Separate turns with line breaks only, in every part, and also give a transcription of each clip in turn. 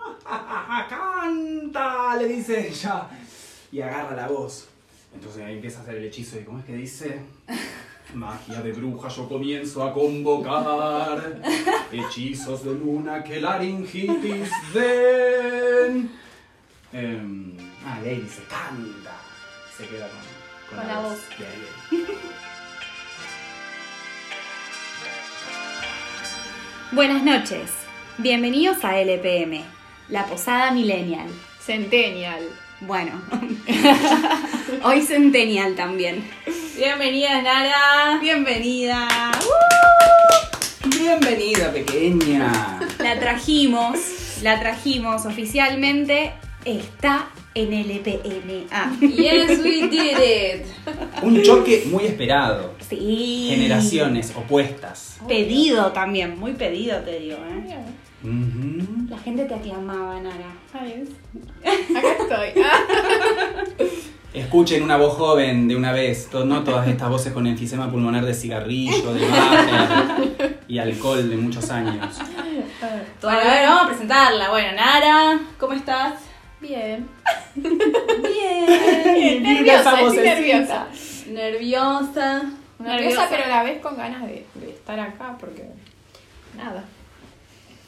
¡Ah! Le dice ella. Y agarra la voz. Entonces ahí empieza a hacer el hechizo. ¿Y cómo es que dice? Magia de bruja, yo comienzo a convocar hechizos de luna que laringitis den. Em, ah, y ahí dice, canta. Se queda con,
Con la
voz. de Ariel.
Buenas noches. Bienvenidos a LPM, la Posada Millennial.
Centennial.
Bueno, hoy Centennial también.
Bienvenida, Nara.
Bienvenida. Uh,
Bienvenida, pequeña.
La trajimos, la trajimos oficialmente. Está en LPM. Ah,
Yes, we did it.
Un choque muy esperado.
sí.
Generaciones opuestas.
Pedido también, muy pedido te digo, ¿eh?
Ujú.
La gente te aclamaba, Nara.
¿Sabes? Acá estoy. Ah.
Escuchen una voz joven de una vez, to- no todas estas voces con enfisema pulmonar de cigarrillo, de vapor y alcohol de muchos años.
Bueno, a ver, vamos a
presentarla. Bueno, Nara.
¿Cómo estás? Bien.
Bien.
Nerviosa,
Esa
estoy
vocecita.
nerviosa.
Nerviosa.
Nerviosa, pero a la vez con ganas de, de estar acá porque. Nada.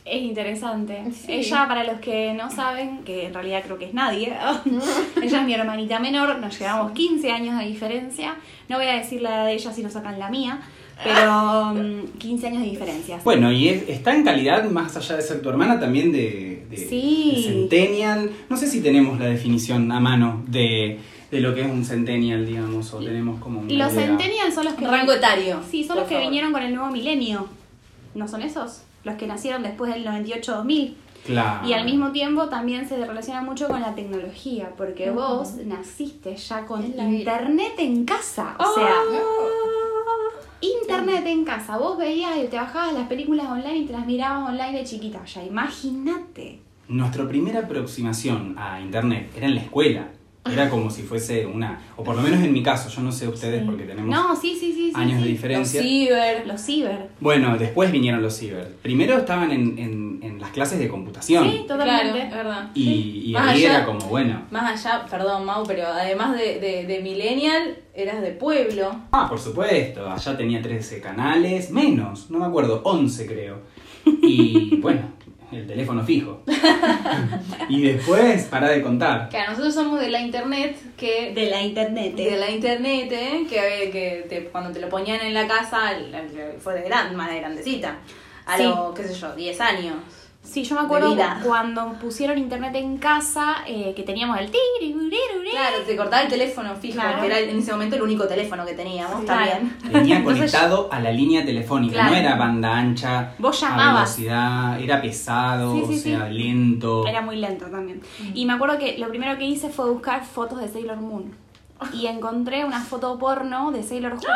Es interesante.
Sí.
Ella, para los que no saben, que en realidad creo que es nadie, ella es mi hermanita menor, nos llevamos 15 años de diferencia. No voy a decir la edad de ella si no sacan la mía, pero mm, 15 años de diferencia.
Bueno, y es- está en calidad, más allá de ser tu hermana, también de, de-
Sí.
de centennial. No sé si tenemos la definición a mano de, de lo que es un centennial, digamos, o tenemos como una
Los
idea.
centennials son los que...
Rango etario.
Sí, son
por
los que
favor.
vinieron con el nuevo milenio. ¿No son esos? Los que nacieron después del 98-2000.
Claro.
Y al mismo tiempo también se relaciona mucho con la tecnología, porque vos naciste ya con
Es la Ah.
internet en casa. O sea, internet en casa. Vos veías y te bajabas las películas online y te las mirabas online de chiquita. O sea, imagínate.
Nuestra primera aproximación a internet era en la escuela. Era como si fuese una, o por lo menos en mi caso, yo no sé ustedes
Sí.
porque tenemos
No, sí, sí, sí. sí,
años
sí.
de diferencia.
Los ciber.
Los ciber.
Bueno, después vinieron los ciber. Primero estaban en, en- en las clases de computación.
Sí, Ah,
Claro, es
totalmente.
verdad.
y y
Más
ahí
allá.
era como, bueno.
Más allá, perdón, Mau, pero además de, de, de millennial, eras de pueblo.
Ah, por supuesto, allá tenía 13 canales, menos, no me acuerdo, 11 creo. Y bueno, el teléfono fijo. y después, para de contar.
Claro, nosotros somos de la internet que...
De la internet.
De la internet, ¿eh? que, a ver, que te- cuando te lo ponían en la casa, la- la- fue de gran, más de grandecita. A
Sí.
los, qué sé yo, 10 años.
Sí, yo me acuerdo
De vida.
cuando pusieron internet en casa, eh, que teníamos el tigre,
Claro, te cortaba el teléfono fijo,
Claro.
que era en ese momento el único teléfono que teníamos
Sí.
también.
Venía
Entonces-
conectado a la línea telefónica,
Claro.
no era banda ancha,
Vos
a
llamabas.
velocidad, era pesado,
Sí, sí,
o
sí.
sea, lento.
Era muy lento también. Y me acuerdo que lo primero que hice fue buscar fotos de Sailor Moon. Y encontré una foto porno de Sailor Júpiter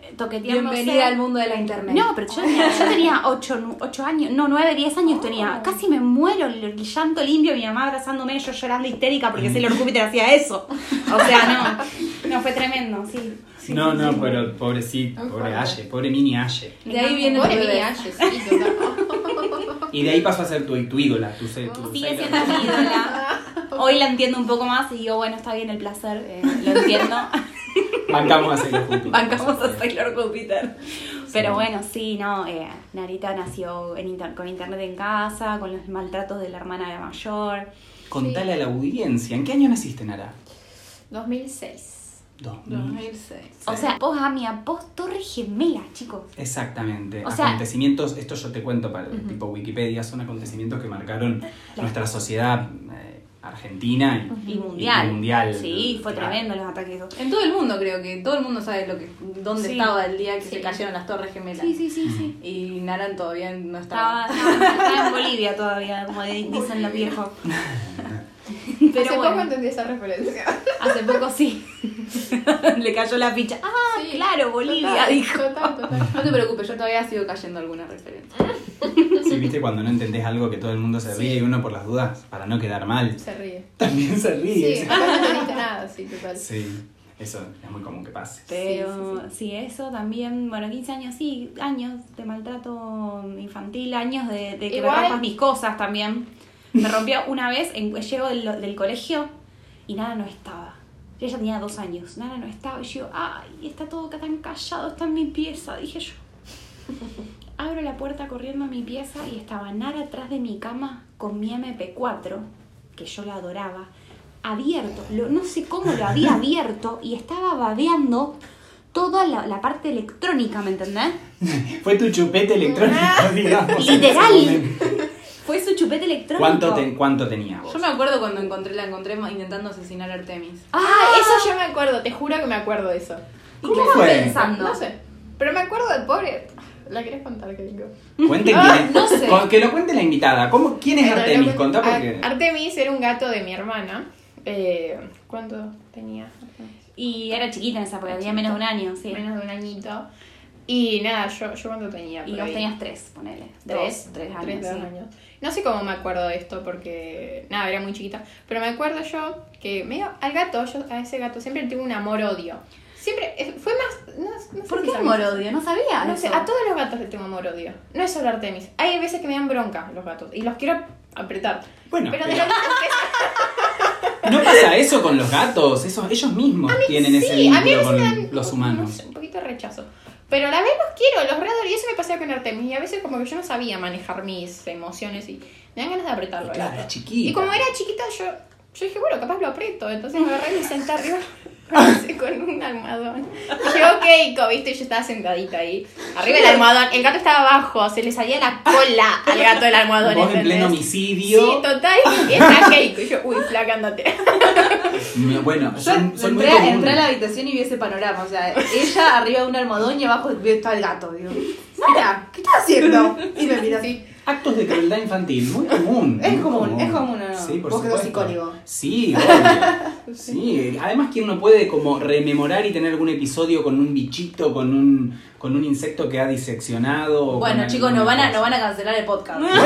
eh, toqueteándose.
¡Ah! Bienvenida al mundo de la internet.
No, pero yo tenía, yo tenía 8, años, no, 9, 10 años
Oh.
tenía. Casi me muero, el, el llanto limpio, mi mamá abrazándome, yo llorando histérica
Mm.
porque Sailor Júpiter hacía eso. O sea, no, no, fue tremendo, sí. sí,
No,
sí,
no,
sí.
pero pobrecito, pobre
fuerte.
Aye, pobre mini Aye.
De ahí viene tu
Pobre
bebé.
mía, yo sí, total.
Y de ahí pasó a ser tu, tu ídola, tu, se- tu
Sigue
Sailor
siendo
Moon.
mi ídola. Hoy la entiendo un poco más y digo, bueno, está bien el placer, eh, lo entiendo.
Bancamos a Sailor Júpiter.
Bancamos a Sailor Júpiter. Pero bueno, sí, no, eh, Narita nació en inter- con internet en casa, con los maltratos de la hermana mayor.
Contale a la audiencia, ¿en qué año naciste, Nara?
2006.
2000.
2006.
O sea, vos a mi vos torres gemelas, chicos.
Exactamente.
O sea-
acontecimientos, esto yo te cuento para el tipo Wikipedia, son acontecimientos que marcaron nuestra sociedad eh, argentina y
Y mundial.
Y mundial,
Sí, fue
claro.
tremendo los ataques. esos.
En todo el mundo creo que todo el mundo sabe lo que dónde
Sí.
estaba el día que
Sí.
se cayeron las torres gemelas.
Sí, sí, sí, sí.
Y Naran todavía no
Estaba,
estaba.
estaba en Bolivia todavía, como di- dicen los viejos. Pero
Hace
bueno.
poco entendí esa referencia.
Hace poco sí. Le cayó la ficha. Ah,
Sí.
claro, Bolivia,
Total,
dijo.
Total, total.
No te preocupes, yo todavía sigo cayendo alguna referencia.
Sí, viste cuando no entendés algo que todo el mundo se ríe y uno por las dudas, para no quedar mal,
Se ríe.
también se ríe.
Sí, acá no entendiste nada, sí, total.
Sí, eso es muy común que pase.
Pero sí, eso también, bueno, 15 años sí, años de maltrato infantil, años de, de que me
Igual-
rompas mis cosas también. Me rompió una vez, en, pues, llego del, del colegio y Nana no estaba. Yo ya tenía dos años, Nana no estaba. Y yo, ay, está todo acá tan callado, está en mi pieza, dije yo. Abro la puerta corriendo a mi pieza y estaba Nara atrás de mi cama con mi MP4, que yo la adoraba, abierto. Lo- no sé cómo lo había abierto y estaba babeando toda la, la parte electrónica, ¿me entendés?
Fue tu chupete electrónico, digamos. en ese
Ah. Literal.
momento.
Fue su chupete electrónico.
¿Cuánto, te- cuánto tenías vos?
Yo me acuerdo cuando encontré, la encontré ma- intentando asesinar a Artemis.
Ah, eso yo me acuerdo, te juro que me acuerdo de eso.
¿Cómo
¿Qué
fue?
estaba pensando?
No sé. Pero me acuerdo de pobre. ¿La querés contar, Keiko?
Cuenten
Ah,
quién es-
no sé.
con- que lo cuente la invitada. ¿Cómo, ¿Quién es
Bueno,
Artemis?
lo- ah,
Contá
Ar-
porque.
Artemis era un gato de mi hermana. Eh, ¿Cuánto tenía? Artemis?
Y era chiquita en esa época, tenía menos de un año, sí.
Menos de un añito. Y nada, yo, yo cuánto tenía.
Y
por
vos
ahí?
tenías tres, ponele.
Dos,
Tres, tres años.
tres, dos
sí.
años. No sé cómo me acuerdo de esto porque, nada, era muy chiquita. Pero me acuerdo yo que medio al gato, yo a ese gato siempre tuve un amor-odio. Siempre, eh, fue más... No, no sé
¿Por
si
qué
sabes.
amor odio? No sabía.
Ah, No sé,
eso.
a todos los gatos le tengo amor-odio. No es solo Artemis. Hay veces que me dan bronca los gatos y los quiero apretar.
Bueno,
ah, Pero de
pero-
los gatos
¿no pasa eso con los gatos? Eso- ellos mismos tienen
que-
ese
sí, a mí a
vínculo
veces
con
me dan
los
un-
humanos.
Un, poquito de rechazo. Pero a la vez los quiero, los readoro y eso me pasaba con Artemis. Y a veces como que yo no sabía manejar mis emociones y me dan ganas de apretarlo. al
Claro,
gato.
es chiquita.
Y como era chiquita, yo, yo dije, bueno, capaz lo aprieto. Entonces me agarré y me senté arriba con- con un almohadón. Y yo, Keiko, viste, yo estaba sentadita ahí. Arriba del almohadón. El gato estaba abajo, se le salía la cola al gato del almohadón.
Vos en
¿entendés?
pleno
Sí,
homicidio.
total. Y está Keiko. Y yo, uy, flacándote.
Me- mm, bueno,
Yo
son, son muy
entré,
comunes.
entré a la habitación y vi ese panorama. O sea, ella arriba de un almohadón y abajo estaba el gato. Digo, Mira, ¿qué estás haciendo? Y me mira así.
Actos de crueldad infantil, muy común.
Es
muy
común, es común, ¿no?
Sí, por
Vos quedás
supuesto.
icónico.
Sí, obvio. sí. Además que uno puede como rememorar y tener algún episodio con un bichito, con un, con un insecto que ha diseccionado. o con
Bueno,
alguna
chicos, no van, a,
cosa.
no van a cancelar el podcast.
Bueno,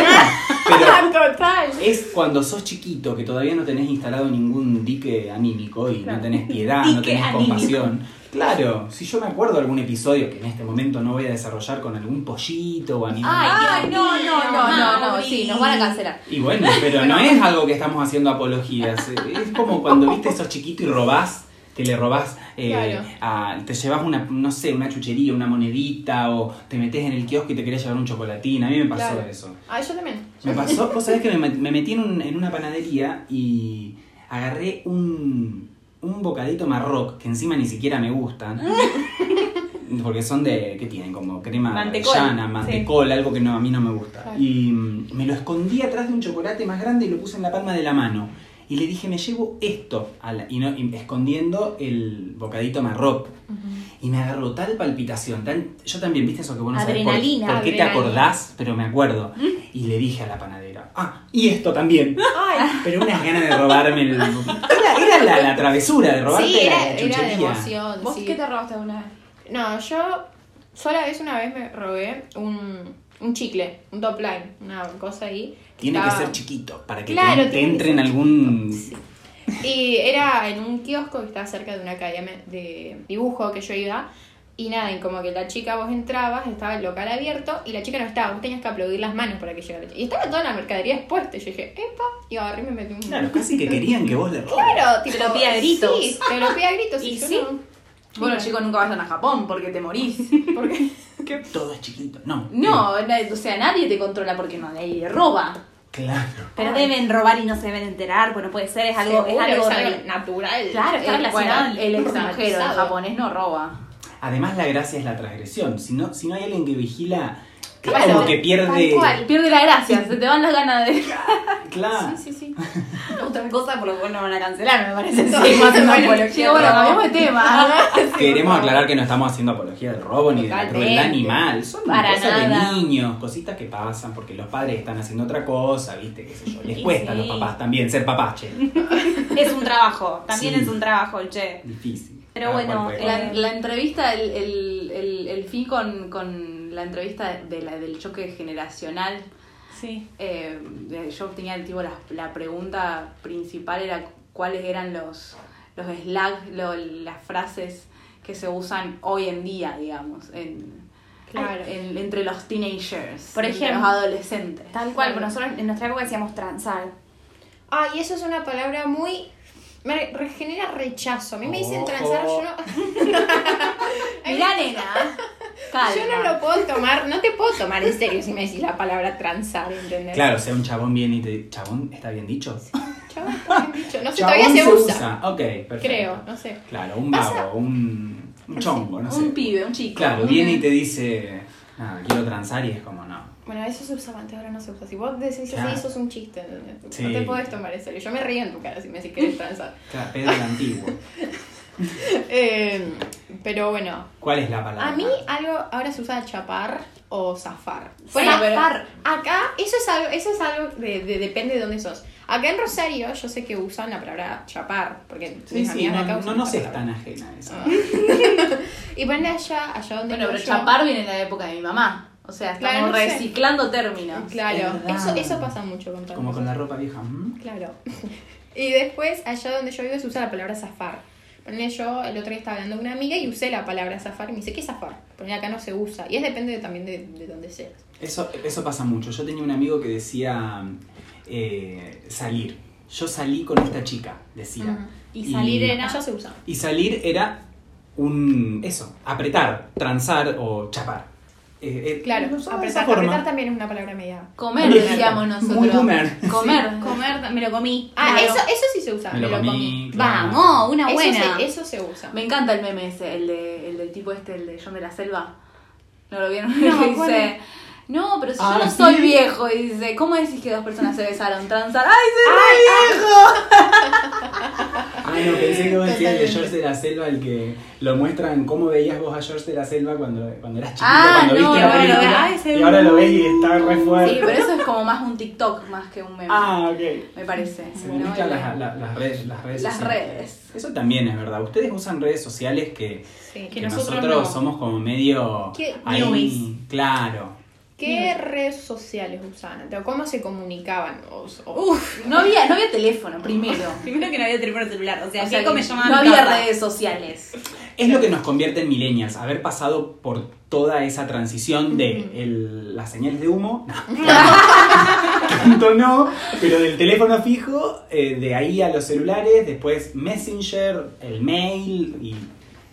pero
Ah, total.
es cuando sos chiquito que todavía no tenés instalado ningún dique anímico y no tenés piedad, no
Dique
tenés
anímico.
compasión. Claro, si yo me acuerdo de algún episodio que en este momento no voy a desarrollar con algún pollito o animal.
Ay, no, no, no, no, no,
Mauri.
sí, nos van a cancelar.
Y bueno, pero no es algo que estamos haciendo apologías. eh, Es como cuando viste esos chiquitos y robás, que le robás, eh,
Claro.
a- te llevas una, no sé, una chuchería, una monedita, o te metes en el kiosco y te querés llevar un chocolatín. A mí me pasó
Claro.
eso.
Ah, yo también.
Me pasó, vos sabés que me, met- me metí en, un- en una panadería y agarré un, un bocadito marroc, que encima ni siquiera me gustan. Porque son de, ¿qué tienen? Como crema
Mantecol,
llana,
sí.
mantecol, algo que no, a mí no me gusta.
Claro.
Y mm, me lo escondí atrás de un chocolate más grande y lo puse en la palma de la mano. Y le dije, me llevo esto, a la- y, no, y escondiendo el bocadito marroc. Y me agarró tal palpitación, tal, yo también, viste eso que vos no sabés por,
Adrenalina,
por qué te
adrenalina. ¿Mm?
acordás, pero me acuerdo. Y le dije a la panadera, ah, y esto también. Pero unas ganas de robarme el... Era, era la, la travesura de robarte
Sí,
la,
era,
la
era de
chuchería.
emoción.
¿Vos
sí.
qué te robaste una vez?
No, yo sola vez una vez me robé un, un chicle, un top line, una cosa ahí.
Tiene que
Estaba-
ser chiquito, para que
Claro,
te, te
tiene que
entre en
ser
algún...
Y era en un kiosco que estaba cerca de una academia de dibujo que yo iba. Y nada, y como que la chica, vos entrabas, estaba el local abierto y la chica no estaba. Vos tenías que aplaudir las manos para que llegara la chica. Y estaba toda la mercadería expuesta. Y yo dije, epa, y agarré y me metí un.
Claro, casi que querían que vos le robes.
Claro, tipo,
Te lo pide a gritos.
Sí, te lo pide a gritos.
Y
yo
sí.
no-
Bueno, chicos, nunca vayan a Japón porque te morís.
¿Por qué?
Todo es chiquito. No.
No, na- o sea, nadie te controla porque no, nadie roba.
eh, Claro.
Pero deben robar y no se deben enterar, bueno, puede ser, es algo, es
Seguro,
algo,
natural.
Claro, está
El-
relacionado
bueno,
al-
el extranjero, el
normalizado.
japonés no roba.
Además la gracia es la transgresión. Si no, si no hay alguien que vigila, es
Claro,
como que pierde...
tal cual.
Pierde la gracia, se te van las ganas de.
Claro.
Sí, sí, sí.
otra cosa por lo cual no van a cancelar, me parece.
Sí, más una
Chico,
apología
bueno,
al robo.
cambiamos de tema.
Queremos aclarar que no estamos haciendo apología del robo ni de la
Totalmente.
crueldad animal. Son
Para
cosas
nada.
de niños, cositas que pasan porque los padres están haciendo otra cosa, ¿viste? ¿Qué sé yo? Les
Y
cuesta a los
sí.
papás también ser papás, che.
Es un trabajo, también
Sí.
es un trabajo, che.
Difícil.
Pero
Cada
bueno,
cual puede con-
La, la entrevista, el, el, el, el fin con, con la entrevista de la- del choque generacional.
Sí.
eh, de- yo tenía tipo la, la pregunta principal era cuáles eran los, los slang, lo- las frases que se usan hoy en día, digamos, en,
Claro.
en- entre los teenagers,
Por
entre
ejemplo.
los adolescentes.
Tal cual, pero nosotros en nuestra época decíamos transar.
Ay, eso es una palabra muy. Me re- re- genera rechazo. A mí me dicen
Ojo.
transar, yo no. Ay,
Mirá, nena. Calma.
Yo no lo puedo tomar, no te puedo tomar en serio si me decís la palabra transar, ¿entendés?
Claro, o sea, un chabón viene y te dice, ¿chabón está bien dicho?
Chabón, está bien dicho. No sé,
Chabón
todavía se, usa.
Ok, perfecto.
Creo, no sé.
Claro, un
Pasa-
vago, un, un chongo, no sé.
Un pibe, un chico.
Claro, viene
Mm.
y te dice, ah, quiero transar y es como, no.
Bueno, eso se usaba antes, ahora no se usa. Si vos decís
Claro.
así, eso es un chiste, ¿entendés?
Sí.
No te podés tomar en serio. Yo me río en tu cara si me decís que eres transar.
Claro, pedo el antiguo.
Eh, pero bueno,
¿Cuál es la palabra?
A mí algo ahora se usa chapar o zafar.
Zafar.
Zafar. Acá, eso es algo, eso es algo de, de- depende de dónde sos. Acá en Rosario yo sé que usan la palabra chapar, porque
Sí,
mis
sí,
amigas de
no,
acá
no
usan
nos
esa
es
palabra.
tan ajena esa.
Y ponle allá, allá donde
Bueno,
vivo
pero
yo.
chapar viene en la época de mi mamá. O sea, estamos
Claro, no sé.
reciclando términos.
Es
Claro,
verdad.
eso, eso pasa mucho con
Como con
tantas
la ropa vieja. ¿m?
cosas. Claro. Y después, allá donde yo vivo se usa la palabra zafar. Ponle yo, el otro día estaba hablando con una amiga y usé la palabra zafar y me dice, ¿qué es zafar? Ponle acá no se usa. Y es depende de- también de, de dónde seas.
Eso, eso pasa mucho. Yo tenía un amigo que decía eh, salir. Yo salí con esta chica, decía.
Ujú.
Y salir era-
Allá se usa.
Y salir era un. Eso, apretar, transar o chapar. Eh, eh,
Claro,
no sé, de esa
apretar,
forma.
apretar también es una palabra media.
Comer,
Muy
decíamos
boomer.
nosotros.
Muy boomer.
Comer.
Comer, me lo comí.
Ah,
claro.
eso, eso sí se usa.
Me lo comí. claro.
Vamos, una
Eso
buena.
se- Eso se, usa.
Me encanta el meme ese, el, de, el del tipo este, el de John de la Selva. ¿No lo vieron?
No,
Que
¿cuál
dice,
es?
no, pero si
Ah,
yo no
sí.
soy viejo. Y dice, ¿cómo decís que dos personas se besaron? Transar. ¡Ay, se
Ah, no, pensé que vos decías el de
Totalmente.
George de la Selva, el que lo muestran cómo veías vos a George de la Selva cuando, cuando eras chiquito,
Ah,
cuando
no,
viste la
no, no,
película.
ah, ese-
y ahora lo ves y está re fuerte.
Sí, pero eso es como más un TikTok más que un meme.
Ah, ok.
Me parece.
Se
¿no?
me mezclan
El-
las, la- las redes, las redes
Las
sociales.
redes.
Eso también es verdad. Ustedes usan redes sociales que,
Sí.
que
¿Qué,
nosotros,
nosotros no.
somos como medio
Que
ahí,
newbies.
claro.
redes sociales usaban? antes? ¿O ¿Cómo se comunicaban? O- o-
Uf, no había, no había teléfono primero.
Primero que no había teléfono celular, o sea,
O sea,
¿cómo
que
me llamaban?
no
en
había
casa?
redes sociales.
Es lo que nos convierte en millennials, haber pasado por toda esa transición de el- las señales de humo, no, tanto no, pero del teléfono fijo, eh, de ahí a los celulares, después Messenger, el mail y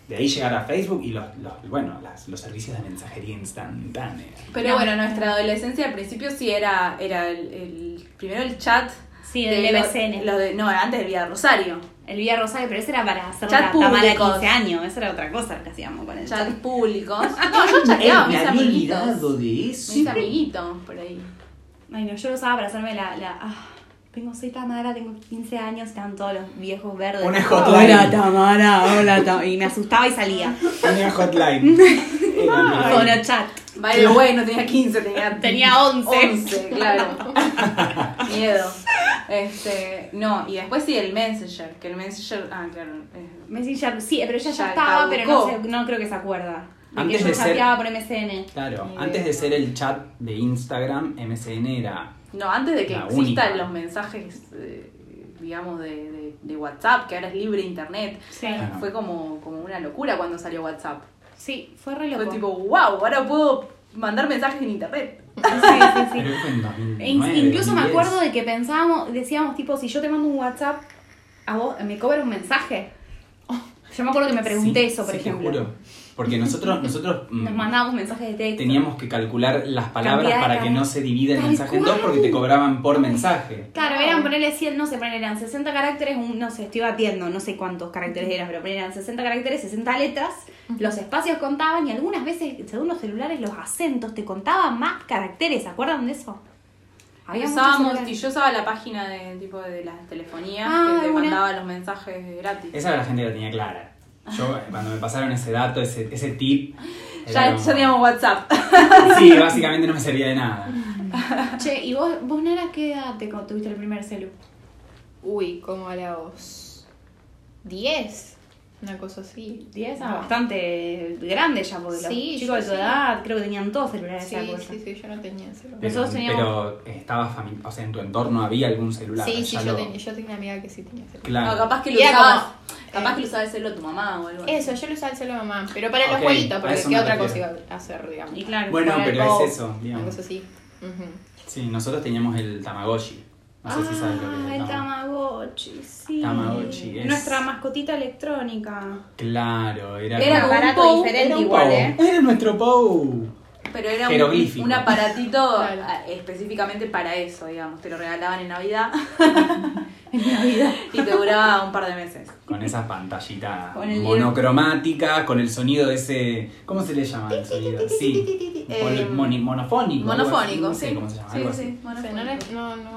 de ahí llegar a Facebook y los, los- bueno, las- los servicios de mensajería instantánea.
Pero
No.
bueno, nuestra adolescencia al principio sí era, era el, el- primero el chat.
Sí, del
de lo-
BCN.
lo de- no, antes del Vía de Rosario.
El Vía Rosario, pero ese era para hacer
Chat
la tamara de
públicos.
15 años. Esa era otra cosa que hacíamos con el chat.
Chats públicos. No, yo chateaba a mis
me Eh, había
amiguitos.
olvidado de eso.
Mis amiguitos por ahí.
Ay, no, yo lo usaba para hacerme la. la ah, tengo, soy Tamara, tengo 15 años, estaban todos los viejos verdes.
Una hotline.
hola Tamara, hola Tamara. Y me asustaba y salía.
Una hotline. Era mi-
Con chat.
Vale, güey, no tenía 15, tenía,
Tenía 11.
11, claro. Miedo. Este, no, y después sí el Messenger, que el Messenger, ah, claro. eh,
Messenger, sí, pero ella ya,
Ya
estaba,
caducó.
pero no, se- no creo que se acuerda. De
Antes
que
de
yo
ser-
chateaba por MSN.
Claro,
Ni
antes
idea.
de ser el chat de Instagram, MSN era
No, antes de que
La
existan
única.
los mensajes, eh, digamos, de, de- de WhatsApp, que ahora es libre internet,
Sí.
Claro.
fue como, como una locura cuando salió WhatsApp.
Sí, fue re loco.
Fue tipo, wow, ahora puedo mandar mensajes en internet.
Sí, sí, sí.
Creo que fue en
E
2009,
in- incluso me
2010.
acuerdo de que pensábamos, decíamos, tipo, si yo te mando un WhatsApp, a vos me cobra un mensaje. Yo me acuerdo que me pregunté
Sí,
eso, por
sí, te
ejemplo.
juro. Porque nosotros, nosotros mm,
Nos mandábamos mensajes de texto.
teníamos que calcular las palabras
Cantidad de
para que
palabras.
no se divida el
Tal
mensaje en dos
cual.
porque te cobraban por mensaje.
Claro, eran ponerle 100, no sé, ponerle eran 60 caracteres, un- no sé, estoy batiendo, no sé cuántos caracteres eran, pero ponerle eran 60 caracteres, 60 letras, los espacios contaban y algunas veces, según los celulares, los acentos te contaban más caracteres, ¿se acuerdan de eso? muchos
Usábamos,
celulares.
y yo usaba la página de tipo de las telefonías
Ah,
que te
una.
mandaba los mensajes gratis.
Esa la gente la tenía clara.
Ah.
Yo, eh, cuando me pasaron ese dato, ese, ese tip. era
Ya,
como- Ah.
ya teníamos WhatsApp.
Sí, básicamente no me servía de nada.
Che, ¿y vos, vos Nara, qué edad te co- tuviste el primer celu?
Uy, como a los 10, una cosa así.
10,
No.
ah, bastante grande ya, porque
Sí,
los chicos de
yo
tu
sí.
edad creo que tenían todos celulares
Sí,
de esa cosa.
sí, sí, yo no tenía celular.
Pero,
Nosotros teníamos-
pero estaba fami- o sea, en tu entorno había algún celular.
sí, sí,
ya
yo,
lo-
tenía, yo tenía una amiga que sí tenía celular.
Claro.
No, capaz que lo
Y era
usabas,
como,
capaz
eh,
que lo usabas solo tu mamá o algo así.
Eso, yo lo usaba el celular de mamá, pero para
Ok,
los jueguitos,
a
porque
eso
qué
me
otra cosa
refiero.
iba a hacer, digamos.
Y claro,
Bueno,
jugar al
pero
Go.
es eso,
Una
digamos.
cosa así. Ujú.
Sí, nosotros teníamos el Tamagotchi. No sé si sabes lo que es
Ah,
el
el
Tamagotchi.
Tamagotchi, sí.
Tamagotchi, es-
Nuestra mascotita electrónica.
Claro, era,
Era
como-
un
aparato
Pou,
diferente
era un
igual,
Pou.
¿eh?
Era nuestro Pou.
Pero era un,
Jeroglífico.
un aparatito
Claro.
a- específicamente para eso, digamos. Te lo regalaban en Navidad. Y te duraba un par de meses.
Con esas pantallitas
Con el-
monocromáticas, con el sonido de ese. ¿Cómo se le llama el sonido? Sí.
Eh,
Pol- moni- monofónico. algo así,
Monofónico,
no sé
sí.
cómo se llama,
Sí,
algo así.
sí,
O sea,
monofónico.
no, les- no, no,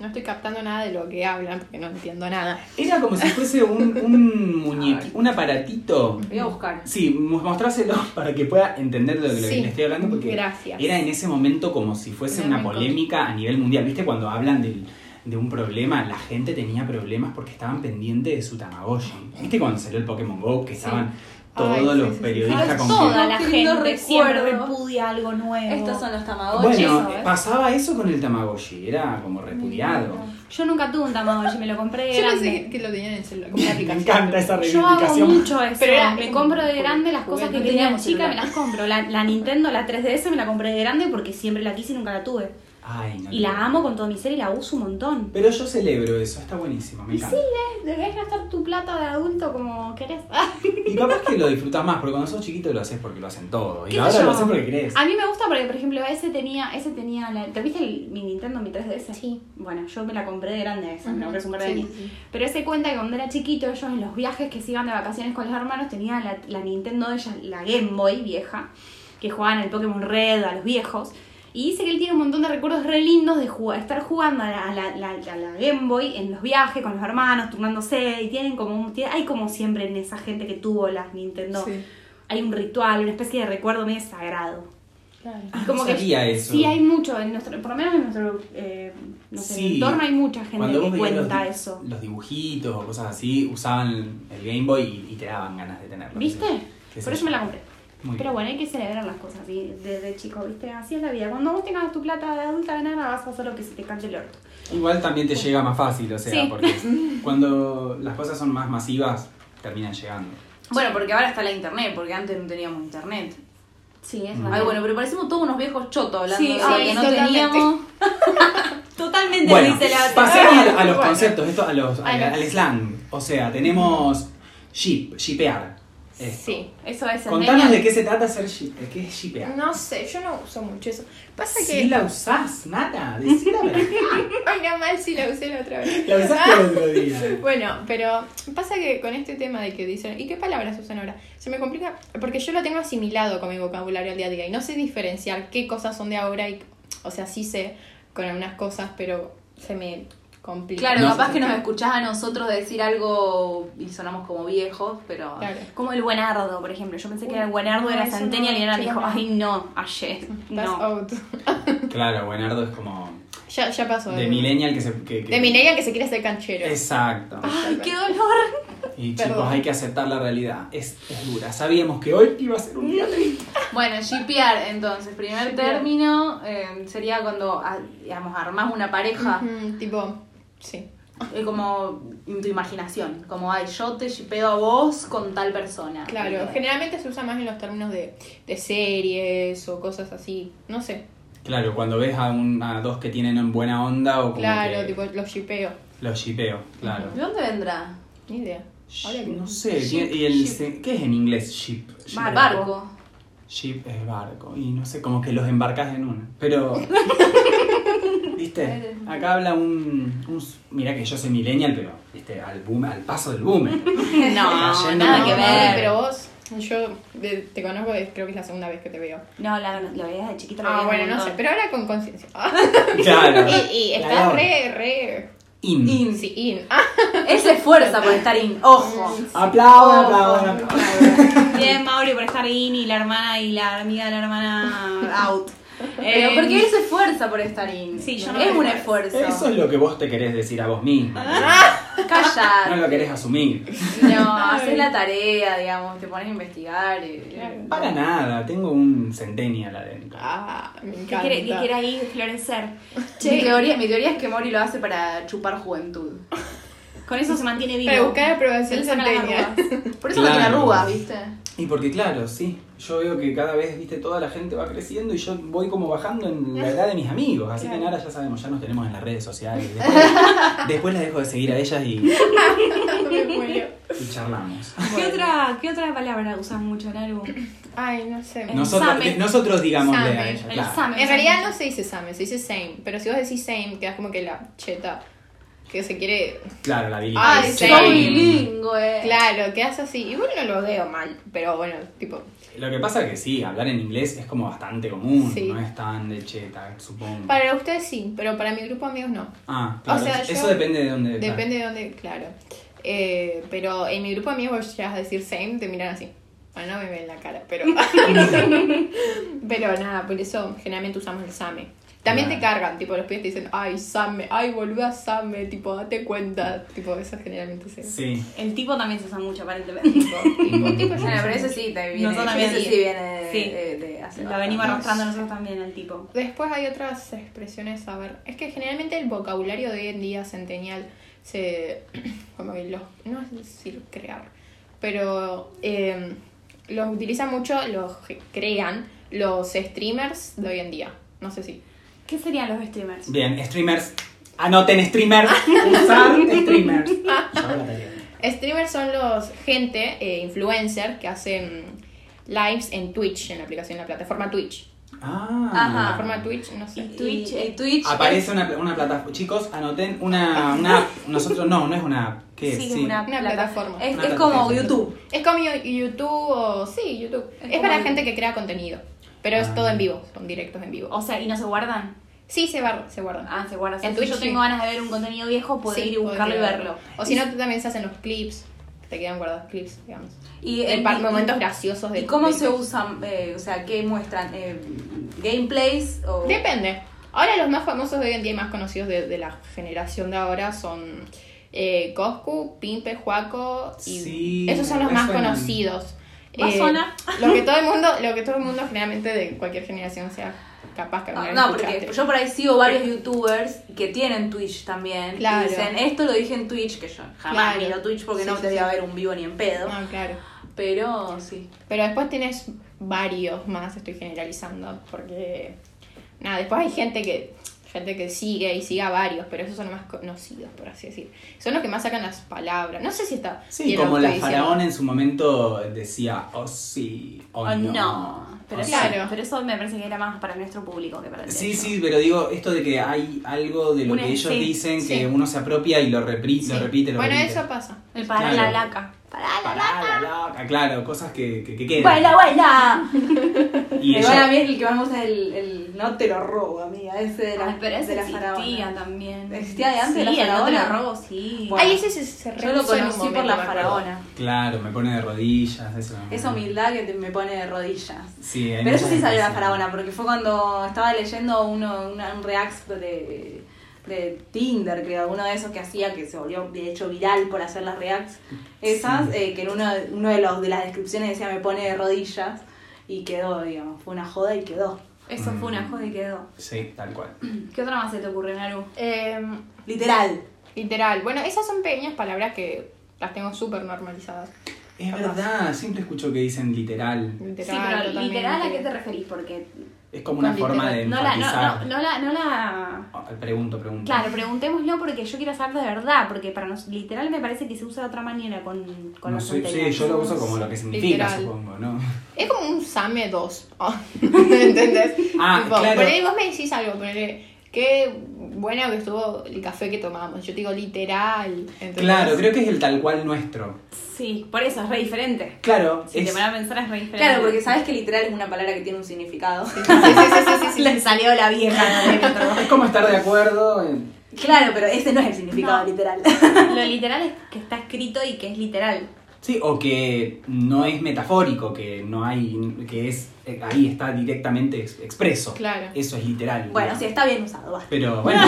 no estoy captando nada de lo que hablan porque no entiendo nada.
Era como si fuese un, un muñequito, un aparatito.
Voy a buscar.
Sí, mu- mostráselo para que pueda entender de lo que
Sí.
le estoy hablando porque
Gracias.
era en ese momento como si fuese
Era
una
muy
polémica a nivel mundial. ¿Viste cuando hablan del- de un problema? La gente tenía problemas porque estaban pendientes de su Tamagotchi. ¿Viste cuando salió el Pokémon GO? Que estaban todos
Ay, sí,
los
sí, sí.
periodistas
Ay,
con
todo.
que-
Toda
Qué
la
lindo
gente siempre
recuerdo.
repudia algo nuevo.
Estos son los tamagotchis.
Bueno,
¿sabes?
pasaba eso con el Tamagotchi. Era como repudiado.
Yo nunca tuve un Tamagotchi, me lo compré de
Yo
grande.
pensé que lo tenían en celular. como
Me
una aplicación.
encanta esa
Yo hago
reivindicación.
mucho eso.
Pero era-
me compro de grande las cosas que
No
tenía
teníamos
chica, me
celular.
las compro. La, la Nintendo, la 3DS, me la compré de grande porque siempre la quise y nunca la tuve.
Ay, no
Y
te-
la amo con todo mi ser y la uso un montón.
Pero yo celebro eso, está buenísimo, me encanta.
Debes gastar tu plata de adulto como querés.
Y capaz que lo disfrutás más, porque cuando sos chiquito lo haces porque lo hacen todo. Y
¿Qué
ahora
sé yo?
lo haces porque querés.
A mí me gusta porque, por ejemplo, ese tenía, ese tenía la, ¿te viste el- mi Nintendo, mi 3DS? Sí. Bueno, yo me la compré de grande esa, me la compré hace un par de años. Pero ese cuenta que cuando era chiquito, ellos en los viajes que se iban de vacaciones con los hermanos, tenían la, la Nintendo de ellas, la Game Boy vieja, que jugaban al Pokémon Red, a los viejos. Y dice que él tiene un montón de recuerdos re lindos de jugar, estar jugando a la, a la- la- a la Game Boy en los viajes con los hermanos, turnándose. Y tienen como, un- tiene- hay como siempre en esa gente que tuvo las Nintendo,
Sí.
hay un ritual, una especie de recuerdo medio sagrado.
Claro.
Ah, no
Como que
sabía eso.
Sí, hay mucho, en nuestro, por lo menos en nuestro eh, no sé,
Sí.
entorno hay mucha gente
Cuando vos
que
veías los
cuenta
di-
eso.
Los dibujitos o cosas así, usaban el Game Boy y, y te daban ganas de tenerlo.
¿Viste?
¿Qué sé
Por
yo?
eso me la compré.
Muy
Pero
bien.
bueno, hay que celebrar las cosas así desde chico, ¿viste? Así es la vida. Cuando vos tengas tu plata de adulta de nada, vas a hacer lo que se te cante el orto.
Igual también te llega más fácil, o sea,
Sí.
porque cuando las cosas son más masivas, terminan llegando.
Bueno, porque ahora está la internet, porque antes no teníamos internet.
Sí, es
Mm.
Ay, bueno, pero parecemos todos unos viejos chotos hablando
Sí,
de
ay,
que no
totalmente.
teníamos.
Totalmente
Bueno,
dice la
pasemos a, a los
Bueno.
conceptos, esto, a los,
A
al-
los-
al slang. O sea, tenemos ship, shipear. Esto.
Sí.
Eso es el
Contanos
meme.
de qué se trata ser ship, de qué es shipear.
No sé, yo no uso mucho eso. Pasa que.
Si la usás, nada, decí la verdad.
Ay, no mal si la usé la otra vez.
La usaste el otro día.
Bueno, pero pasa que con este tema de que dicen, ¿y qué palabras usan ahora? Se me complica, porque yo lo tengo asimilado con mi vocabulario al día a día y no sé diferenciar qué cosas son de ahora y, o sea, sí sé con algunas cosas, pero se me complica.
Claro,
No,
capaz que nos escuchás a nosotros decir algo y sonamos como viejos, pero.
Claro.
Como el buenardo, por ejemplo. Yo pensé que era el buenardo
No,
era
eso
centennial
no,
y era
chica,
dijo,
no.
ay no, ayer.
That's
No.
out.
Claro, Buenardo es como
Ya, ya pasó.
de millennial que se... Que, que-
De millennial que se quiere hacer canchero.
Exacto.
Ay, qué dolor.
Y
Perdón.
chicos, hay que aceptar la realidad. Es, es dura. Sabíamos que hoy iba a ser un día triste.
Bueno, GPR, entonces, primer término eh, sería cuando, ah, digamos, armás una pareja,
Ujú, tipo, sí.
eh, como en tu imaginación, como, ay, yo te shipeo a vos con tal persona.
Ah,
Claro,
Entonces,
generalmente se usa más en los términos de, de series o cosas así. No sé.
Claro, cuando ves a, un, a dos que tienen buena onda o como
Claro,
que
tipo, los shipeo.
los shipeo, claro.
¿De dónde vendrá?
Ni idea. Ahora que-
No sé,
Ship,
y el-
ship.
¿qué es en inglés ship? Ship.
Barco.
Ship es barco. Y no sé, como que los embarcas en una. Pero. ¿Viste? Acá habla un. un mira que yo soy millennial, pero. ¿Viste? Al, boom, al paso del boom.
No,
Cayendo
nada
en
que
la
ver.
madre.
Pero vos, yo de- te conozco, de- creo que es la segunda vez que te veo.
No, la, lo veías de chiquito. lo
Ah,
veías
bueno,
un
no sé,
montón.
pero ahora con conciencia. Ah,
Claro.
y, y
La
estás
Laura.
re, re.
In.
In.
Sí, in. Ah,
Él se esfuerza por estar in. Ojo.
Mm.
Oh,
Aplaudan, aplaudan,
Ah,
aplaudan.
Bien, Mauri, por estar in y la hermana y la amiga de la hermana out.
Pero
Eh,
porque él se esfuerza por estar in.
Sí, yo no
Es
me
un esfuerzo.
esfuerzo.
Eso es lo que vos te querés decir a vos mismo.
Ah.
No
Callar.
lo querés asumir.
No, haces la tarea, digamos, te pones a investigar. eh,
Claro.
Para nada, tengo un centennial adentro.
Ah, me
que
encanta.
quiere, que quiere ahí florecer.
Mi teoría, mi teoría es que Mori lo hace para chupar juventud.
Con eso se mantiene vivo.
Para buscar aprobación
Se le sacan las
santeña.
arrugas.
Por eso no tiene
Claro.
arrugas, ¿viste?
Y porque claro, sí, yo veo que cada vez, viste, toda la gente va creciendo y yo voy como bajando en la edad de mis amigos. Así que
Claro.
ahora ya sabemos, ya nos tenemos en las redes sociales. Después, después las dejo de seguir a ellas y,
Me muero.
y charlamos.
¿Qué otra, ¿Qué otra palabra usan mucho, Naru?
Ay, no sé.
El
Nosotros,
same.
nosotros digámosle a
Same,
ellas,
el
claro.
same.
En realidad no se dice same, se dice same. Pero si vos decís same, quedas como que la cheta que se quiere.
Claro, la bilingüe.
Ay,
Sí.
Soy
same.
eh.
Eh.
bilingüe.
Claro, quedas así. Igual no lo veo mal, pero bueno, tipo.
Lo que pasa es que sí, hablar en inglés es como bastante común,
Sí.
no es tan de cheta, supongo.
Para ustedes sí, pero para mi grupo de amigos no.
Ah, claro,
o sea,
eso
yo-
depende de dónde. claro.
Depende de dónde, claro. Eh, pero en mi grupo de amigos vos llegas a decir same, te miran así. Bueno, no me ven la cara, pero. pero nada, por eso generalmente usamos el same. También te
Claro.
cargan, tipo, los pibes te dicen, ay, same, ay, boluda, same, tipo, date cuenta. Tipo, eso generalmente se.
Sí.
El tipo también se usa mucho, aparentemente.
Tipo, tipo, yo
Bueno,
no
pero
sé.
ese sí te viene.
Nosotros
ese
también.
sí viene de,
Sí.
de- de hace
La
bastante.
venimos arrastrando nosotros también, el tipo.
Después hay otras expresiones, a ver, es que generalmente el vocabulario de hoy en día centenial se, como que los, no es decir crear, pero eh, los utilizan mucho, los ge- crean los streamers de hoy en día, no sé si.
¿Qué serían los streamers?
Bien, streamers. Anoten streamers. Usar streamers.
Ah.
Yo hago la tarea.
Streamers son los gente, eh, influencer, que hacen lives en Twitch, en la aplicación, en la plataforma Twitch.
Ah.
Ajá.
La plataforma Twitch, no sé.
Y Twitch,
Y-
eh,
y Twitch.
Aparece una, pla- una plataforma. Chicos, anoten una, una. Nosotros no, no es una. ¿Qué es?
Sí, una-
Ah. Una
plata-
plataforma.
Es,
Una
es
plataforma.
como YouTube.
Es como Yo- YouTube o... Sí, YouTube.
Es
Es,
como
para
el-
gente que crea contenido. Pero
Ah.
es todo en vivo, son directos en vivo.
O sea, ¿y no se guardan?
Sí, se, bar- se guardan.
Ah, se guardan. O sea,
En
si
Twitch
yo
sí.
tengo ganas de ver un contenido viejo, puedo
Sí,
ir y buscarlo y
podés
verlo.
O si no, tú también se hacen los clips. que Te quedan guardados clips, digamos.
Y
En
y-
par-
y-
momentos graciosos de
¿Y cómo
de-
se usan? eh, o sea, ¿qué muestran? Eh, ¿Gameplays? O...
Depende. Ahora los más famosos de hoy en día y más conocidos de, de la generación de ahora son eh, Coscu, Pimpe, Juaco y
Sí,
esos son los
me
más
suenan.
conocidos. Eh,
¿Más zona?
lo que todo el mundo, lo que todo el mundo generalmente de cualquier generación sea capaz que alguna
Ah,
vez
No, porque
escuchaste.
yo por ahí sigo varios youtubers que tienen Twitch también.
Claro.
Y dicen, esto lo dije en Twitch, que yo jamás
Claro.
miro Twitch porque
Sí,
no
sí,
te voy
sí.
a ver un vivo ni en pedo.
No, claro.
Pero sí.
Pero después tienes varios más, estoy generalizando, porque nada, después hay gente que gente que sigue y sigue a varios, pero esos son los más conocidos, por así decir. Son los que más sacan las palabras. No sé si está
Sí,
bien lo
como
que
la
estoy
faraón en su momento decía, oh sí, oh,
O Ah, no.
no.
Pero,
Oh,
eso,
Claro.
pero eso me parece que era más para nuestro público que para el
Sí,
de ellos.
sí, pero digo, esto de que hay algo de lo
Una-
que ellos
sí,
dicen
sí.
que uno se apropia y lo, repri-
diciendo.
lo
Sí.
repite, lo
Bueno,
repite.
eso pasa.
El Eh, para
Claro.
la laca. Para la laca.
Pará, la loca, claro, cosas que, que, que quedan.
¡Baila, baila!
y
Igual
ellos-
a mí es el que más me gusta es el, el No te lo robo, amiga. Ese de la,
Ay, pero ese
de la
existía
faraona.
también.
¿Existía de antes de la
Sí, el no te lo
faraona?
robo, sí.
Bueno.
Ay, ese se, se
Yo
rehusó en un
lo conocí por
momento,
la
me acuerdo.
faraona.
Claro, me pone de rodillas, eso.
Esa humildad que te- me pone de rodillas.
Sí, hay
Pero
mucha
yo sí
gente
salió la
así.
faraona, porque fue cuando estaba leyendo uno, una- un react de, de Tinder, creo, uno de esos que hacía, que se volvió de hecho viral por hacer las reacts esas,
Sí.
eh, que en uno, uno de, los, de las descripciones decía me pone de rodillas, y quedó, digamos, fue una joda y quedó.
Eso fue
Mm.
una joda y quedó.
Sí, tal cual.
¿Qué otra más se te ocurre, Naru?
Em,
Literal.
literal. Bueno, esas son pequeñas palabras que las tengo súper normalizadas.
Es verdad, siempre escucho que dicen literal.
Literal,
sí, pero
totalmente.
literal, ¿a qué te referís? Porque
Es como una
Con
forma de
literal.
no la, no,
enfatizar.
no, no la, no la...
Ah, Pregunto, pregunto.
Claro, preguntémoslo porque yo quiero saber de verdad, porque para nos literal me parece que se usa de otra manera con, con
No
los
sé, sí,
centenarios.
yo lo uso como lo que significa,
Literal.
supongo, ¿no?
Es como un Same 2. ¿Entendés?
Ah,
Tipo,
claro.
por ahí vos me decís algo, ponele, qué bueno que estuvo el café que tomamos. Yo te digo literal. ¿entendés?
Claro, creo que es el tal cual nuestro.
Sí, por eso es re diferente.
Claro,
Si
es-
te van a pensar es re diferente.
Claro, porque sabes que literal es una palabra que tiene un significado.
Sí, sí, sí, sí, sí, sí.
le salió la vieja. ¿no?
es como estar de acuerdo. en-
claro, pero ese no es el significado
No.
literal.
lo literal es que está escrito y que es literal.
Sí, o que no es metafórico, que no hay. que es. eh, ahí está directamente ex- expreso.
Claro.
Eso es literal.
bueno,
digamos.
sí, está bien usado, basta.
Pero bueno.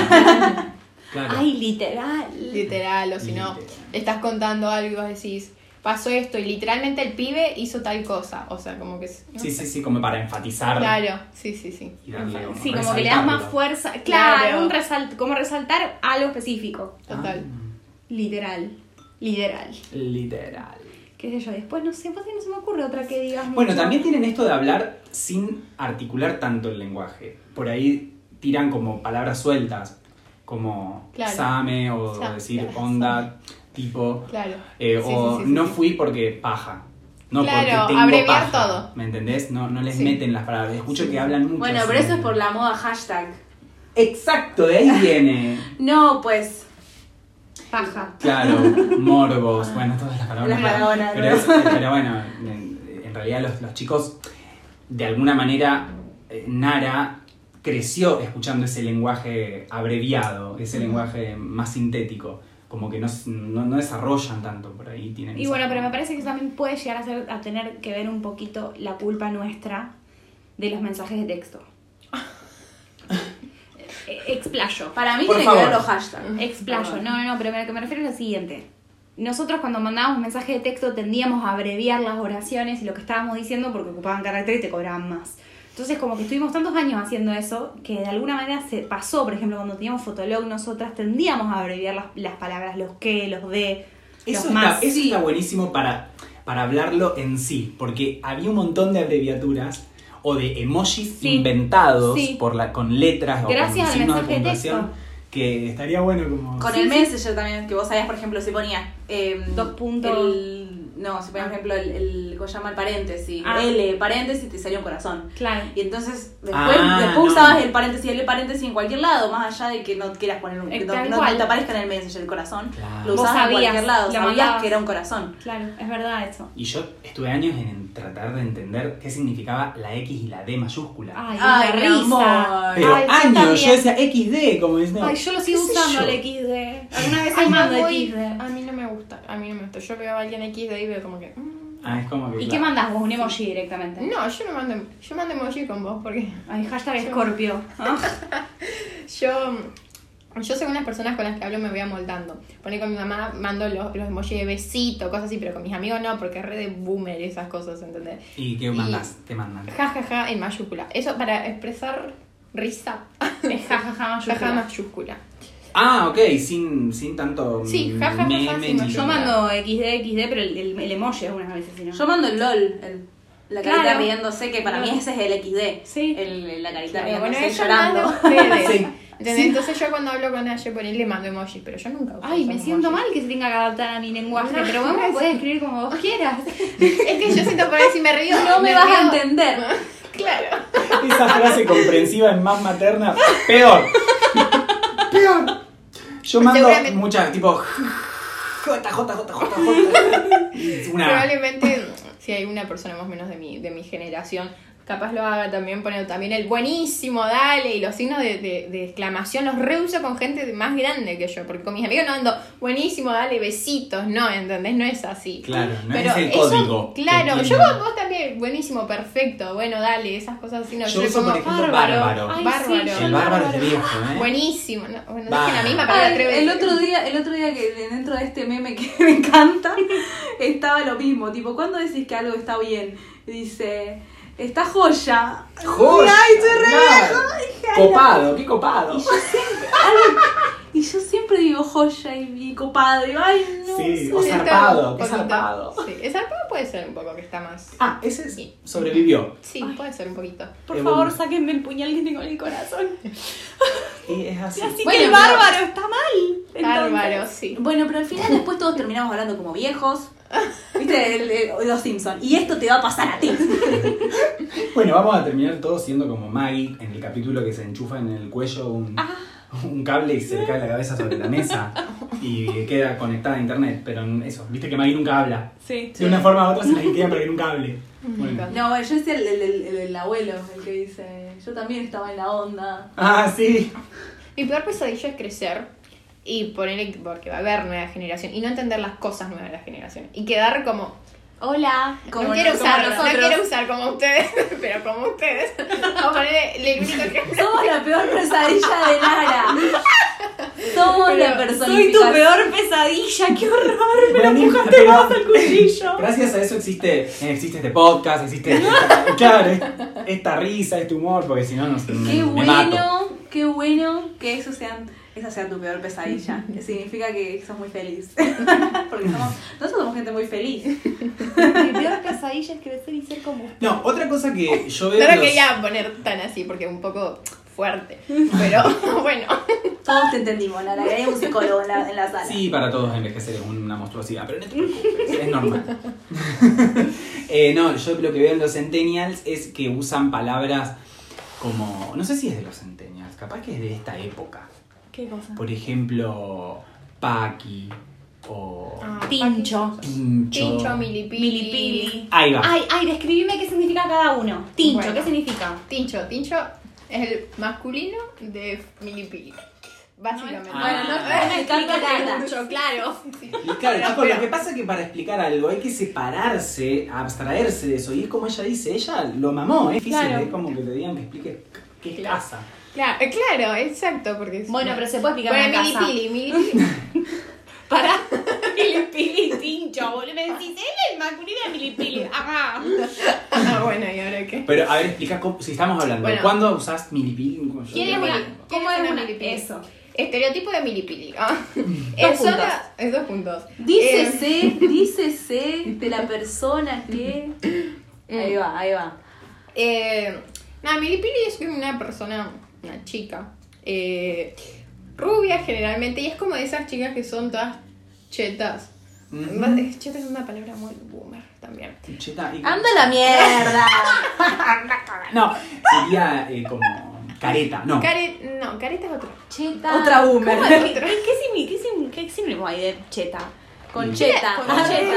claro.
Ay, literal.
Literal, o si no,
Literal.
estás contando algo y vos decís, pasó esto y literalmente el pibe hizo tal cosa. O sea, como que. es- no
Sí,
sé.
sí, sí, como para enfatizar.
Claro, sí, sí, sí.
Y darle un
Sí, como que le das más
resaltarlo.
fuerza. Claro,
Claro.
un resalt como resaltar algo específico.
Total.
Ah.
Literal. Literal.
Literal.
Qué sé yo, después no sé, por qué no se me ocurre otra que digas.
Bueno,
mucho.
también tienen esto de hablar sin articular tanto el lenguaje. Por ahí tiran como palabras sueltas, como
Claro.
same o
Sa-
decir
claro,
onda, tipo,
Claro.
eh,
Sí,
o
sí, sí, sí,
no
sí.
fui porque paja. No,
Claro,
porque tengo
abreviar
paja.
todo.
¿Me entendés? No, no les
Sí.
meten las palabras. Escucho que hablan mucho.
Bueno,
así.
pero eso es por la moda hashtag.
Exacto, de ahí viene.
No, pues.
Paja.
Claro, morbos, bueno, todas las palabras.
Las palabras,
pero,
¿no?
es- pero bueno, en, en realidad los, los chicos, de alguna manera, eh, Nara creció escuchando ese lenguaje abreviado, ese lenguaje más sintético, como que no, s- no, no desarrollan tanto por ahí. Tienen
Y
esa-
bueno, pero me parece que eso también puede llegar a, ser, a tener que ver un poquito la culpa nuestra de los mensajes de texto. Eh, Explayo.
Para mí
Por
tiene que
favor.
ver los hashtags.
Explayo. No, no, no, pero a lo que me refiero es lo siguiente. Nosotros cuando mandábamos mensajes de texto tendíamos a abreviar las oraciones y lo que estábamos diciendo porque ocupaban carácter y te cobraban más. Entonces como que estuvimos tantos años haciendo eso que de alguna manera se pasó, por ejemplo, cuando teníamos Fotolog, nosotras tendíamos a abreviar las, las palabras, los que, los de,
Eso,
los
está,
más.
eso está buenísimo para, para hablarlo en sí, porque había un montón de abreviaturas o de emojis
Sí.
inventados
Sí.
por la, con letras o con
Gracias al
signos de
mensaje de
puntuación.
texto.
Que estaría bueno como.
Con el Messenger también, que vos sabías, por ejemplo, si ponía. eh,
Dos puntos.
el- no, si ponía, por ejemplo, el, el. ¿Cómo se llama? El paréntesis.
Ah.
L, paréntesis, te salía un corazón.
Claro.
Y entonces, después,
Ah,
después
no.
usabas el paréntesis, el paréntesis en cualquier lado, más allá de que no quieras poner un.
Eh,
que no,
tal
no-
cual.
no te aparezca en el Messenger el corazón.
Claro.
Lo
Vos
usabas en
sabías,
cualquier lado,
lo
sabías
mandabas.
que era un corazón.
Claro, es verdad eso.
Y yo estuve años en tratar de entender qué significaba la X y la D mayúscula.
Ay,
Ay,
la
mi
risa.
amor.
Pero
Ay, yo
años, yo decía
también.
XD, como diciendo.
Ay, yo lo sigo
¿qué sé
usando
yo?
el XD. Alguna vez
Ay,
el mando
no, voy-
XD.
A mí no me gusta, a mí no me gusta. Yo veo a alguien X de ahí y veo como que. mm.
Ah, es como que.
¿Y
claro.
qué mandas vos? Un emoji directamente.
No, yo no mando, em- yo mando emoji con vos porque
Ay, hashtag Scorpio.
yo, yo según las personas con las que hablo me voy amoldando. Pone con mi mamá mando los, los emojis de besito, cosas así, pero con mis amigos no, porque es re de boomer y esas cosas, ¿entendés?
¿Y qué
Y-
mandas? Te mandan.
Ja, ja, ja, en mayúscula. Eso para expresar risa.
Jajaja,
Ja, ja,
mayúscula.
mayúscula.
Ah, ok, sin, sin tanto
Sí,
mm,
ja, ja, ja,
meme
sí,
ni
Yo
nada.
mando XD, XD, pero el, el, el emoji algunas veces, si no.
Yo mando el LOL, el- la
Claro.
carita riéndose, que para
Claro.
mí ese es el XD.
Sí.
El- la carita
Pero bueno,
riéndose,
eso
llorando.
más de ustedes.
Sí.
¿Entendés? Entonces yo cuando hablo con ella por él le mando emojis, pero yo nunca uso
Ay, me
esos
siento
emojis.
mal que se tenga que adaptar a mi lenguaje,
No,
pero vos me
gracias.
podés escribir como vos quieras.
Es que yo siento por ahí si me río.
No me vas a
río.
entender.
Claro.
Esa frase comprensiva es más materna, peor. Peor.
Pues
Yo mando
Seguramente-
muchas, tipo. J, J, J, J, J. Es Una.
Probablemente si hay una persona más o menos de mi, de mi generación, capaz lo haga también poniendo también el buenísimo, dale, y los signos de, de- de exclamación los reuso con gente de- más grande que yo, porque con mis amigos no ando buenísimo, dale, besitos, no, ¿entendés? No es así.
Claro, no
Pero
es el
eso-
código. que
Claro, yo
tiene.
con vos también, buenísimo, perfecto, bueno, dale, esas cosas así, no,
Yo
yo, le
uso,
pongo
por ejemplo, bárbaro.
Ay,
Bárbaro.
sí, yo
El bárbaro es de viejo, ¿eh?
Buenísimo, no, bueno,
Bah.
dije la misma, pero
Ay,
la atreves.
el otro día, el otro día que dentro de este meme que me encanta, estaba lo mismo, tipo, ¿cuándo decís que algo está bien? Dice, está joya.
¡Joya!
Ay, estoy re
Claro.
vieja.
Copado, qué copado.
Y yo siempre, ay, y yo siempre digo joya y, y copado, digo, ay no.
Sí,
sé.
o
Está
zarpado,
un
qué
poquito-
zarpado.
Sí, es zarpado puede ser un poco que está más.
Ah, ese es- sobrevivió.
Sí, puede ser un poquito.
Por
Eh,
favor,
bueno.
sáquenme el puñal que tengo en el corazón.
Y es así.
Así
Bueno,
que el
pero-
bárbaro está mal. entonces.
Bárbaro, sí.
Bueno, pero al final después todos terminamos hablando como viejos. ¿Viste? El- el- los Simpsons. Y esto te va a pasar a ti.
Bueno, vamos a terminar todos siendo como Maggie en el capítulo que se enchufa en el cuello un, un cable y se le cae la cabeza sobre la mesa y queda conectada a internet. Pero en eso, viste que Maggie nunca habla.
Sí.
De una forma u otra se le queda para que nunca hable. Bueno.
encanta.
No, yo es el, el, el- el abuelo, el que dice, yo también estaba en la onda.
Ah, sí.
Mi peor pesadilla es crecer y poner porque va a haber nueva generación y no entender las cosas nuevas de la generación y quedar como
Hola,
no quiero usar no quiero usar como ustedes pero como ustedes o ponerle el único que
Somos la peor pesadilla de Nara. Somos la
Soy
personificación.
tu peor pesadilla, qué horror.
Bueno, no importa, pero Gracias a eso existe, existe este podcast, existe. claro, es- esta risa, este humor, porque si no, nos.
Qué
me mato.
bueno, qué bueno que eso sean esa sea tu peor pesadilla. Que significa que sos muy feliz. Porque somos, nosotros somos gente muy feliz.
Mi peor pesadilla es crecer y ser como usted.
No, otra cosa que yo veo.
No lo
los-
quería poner tan así porque un poco fuerte. Pero bueno,
Todos te entendimos, Lara. que Hay un psicólogo en la, en la sala.
Sí, para todos envejecer es una monstruosidad, pero no te preocupes, es normal. Eh, no, yo lo que veo en los centennials es que usan palabras como. No sé si es de los centennials, capaz que es de esta época.
¿Qué cosa?
Por ejemplo, paqui o
Tincho.
tincho.
Ah, Tincho, milipili.
Milipili.
Ahí va.
Ay, ay, describime qué significa cada uno. Tincho,
Bueno.
¿qué significa?
Tincho, tincho es el masculino de milipili. Básicamente. Ah.
No, Bueno, no, no,
no explica nada.
mucho, claro. Sí.
Y claro,
Pero,
chicos, lo
pero-
que pasa es que para explicar algo hay que separarse, abstraerse de eso. Y es como ella dice, ella lo mamó, es difícil,
Claro.
es como que te digan que explique qué es
Claro.
casa.
Claro, eh, claro, exacto, porque es-
Bueno, pero se puede explicar
bueno,
en casa.
milipili, milipili.
Para milipili tincho, boludo. Me decís, él es el masculino de milipili. Ajá.
Ah, bueno, ¿y ahora qué?
Pero a ver, explica cómo- si estamos hablando,
Bueno.
¿cuándo usás milipil?
¿Quién es una-
¿Cómo
¿Quién
es
es
una?
milipili?
Eso.
Estereotipo de milipili. Ah. Es,
puntos.
sola- es dos puntos. Eh,
Dícese, dícese de la persona que. Ahí
mm.
va, ahí va.
Eh, nada, Milipili es una persona, una chica, eh, rubia generalmente, y es como de esas chicas que son todas chetas. Además, eh, Cheta es una palabra muy boomer también.
Cheta, y-
¡Anda la mierda!
No, sería eh, como careta, no.
Care- no, careta es otra.
Cheta.
Otra boomer.
¿Cómo? ¿Qué, qué, signi- qué, signi- qué sinónimo hay de cheta?
Con cheta.
Con
Ah,
cheta.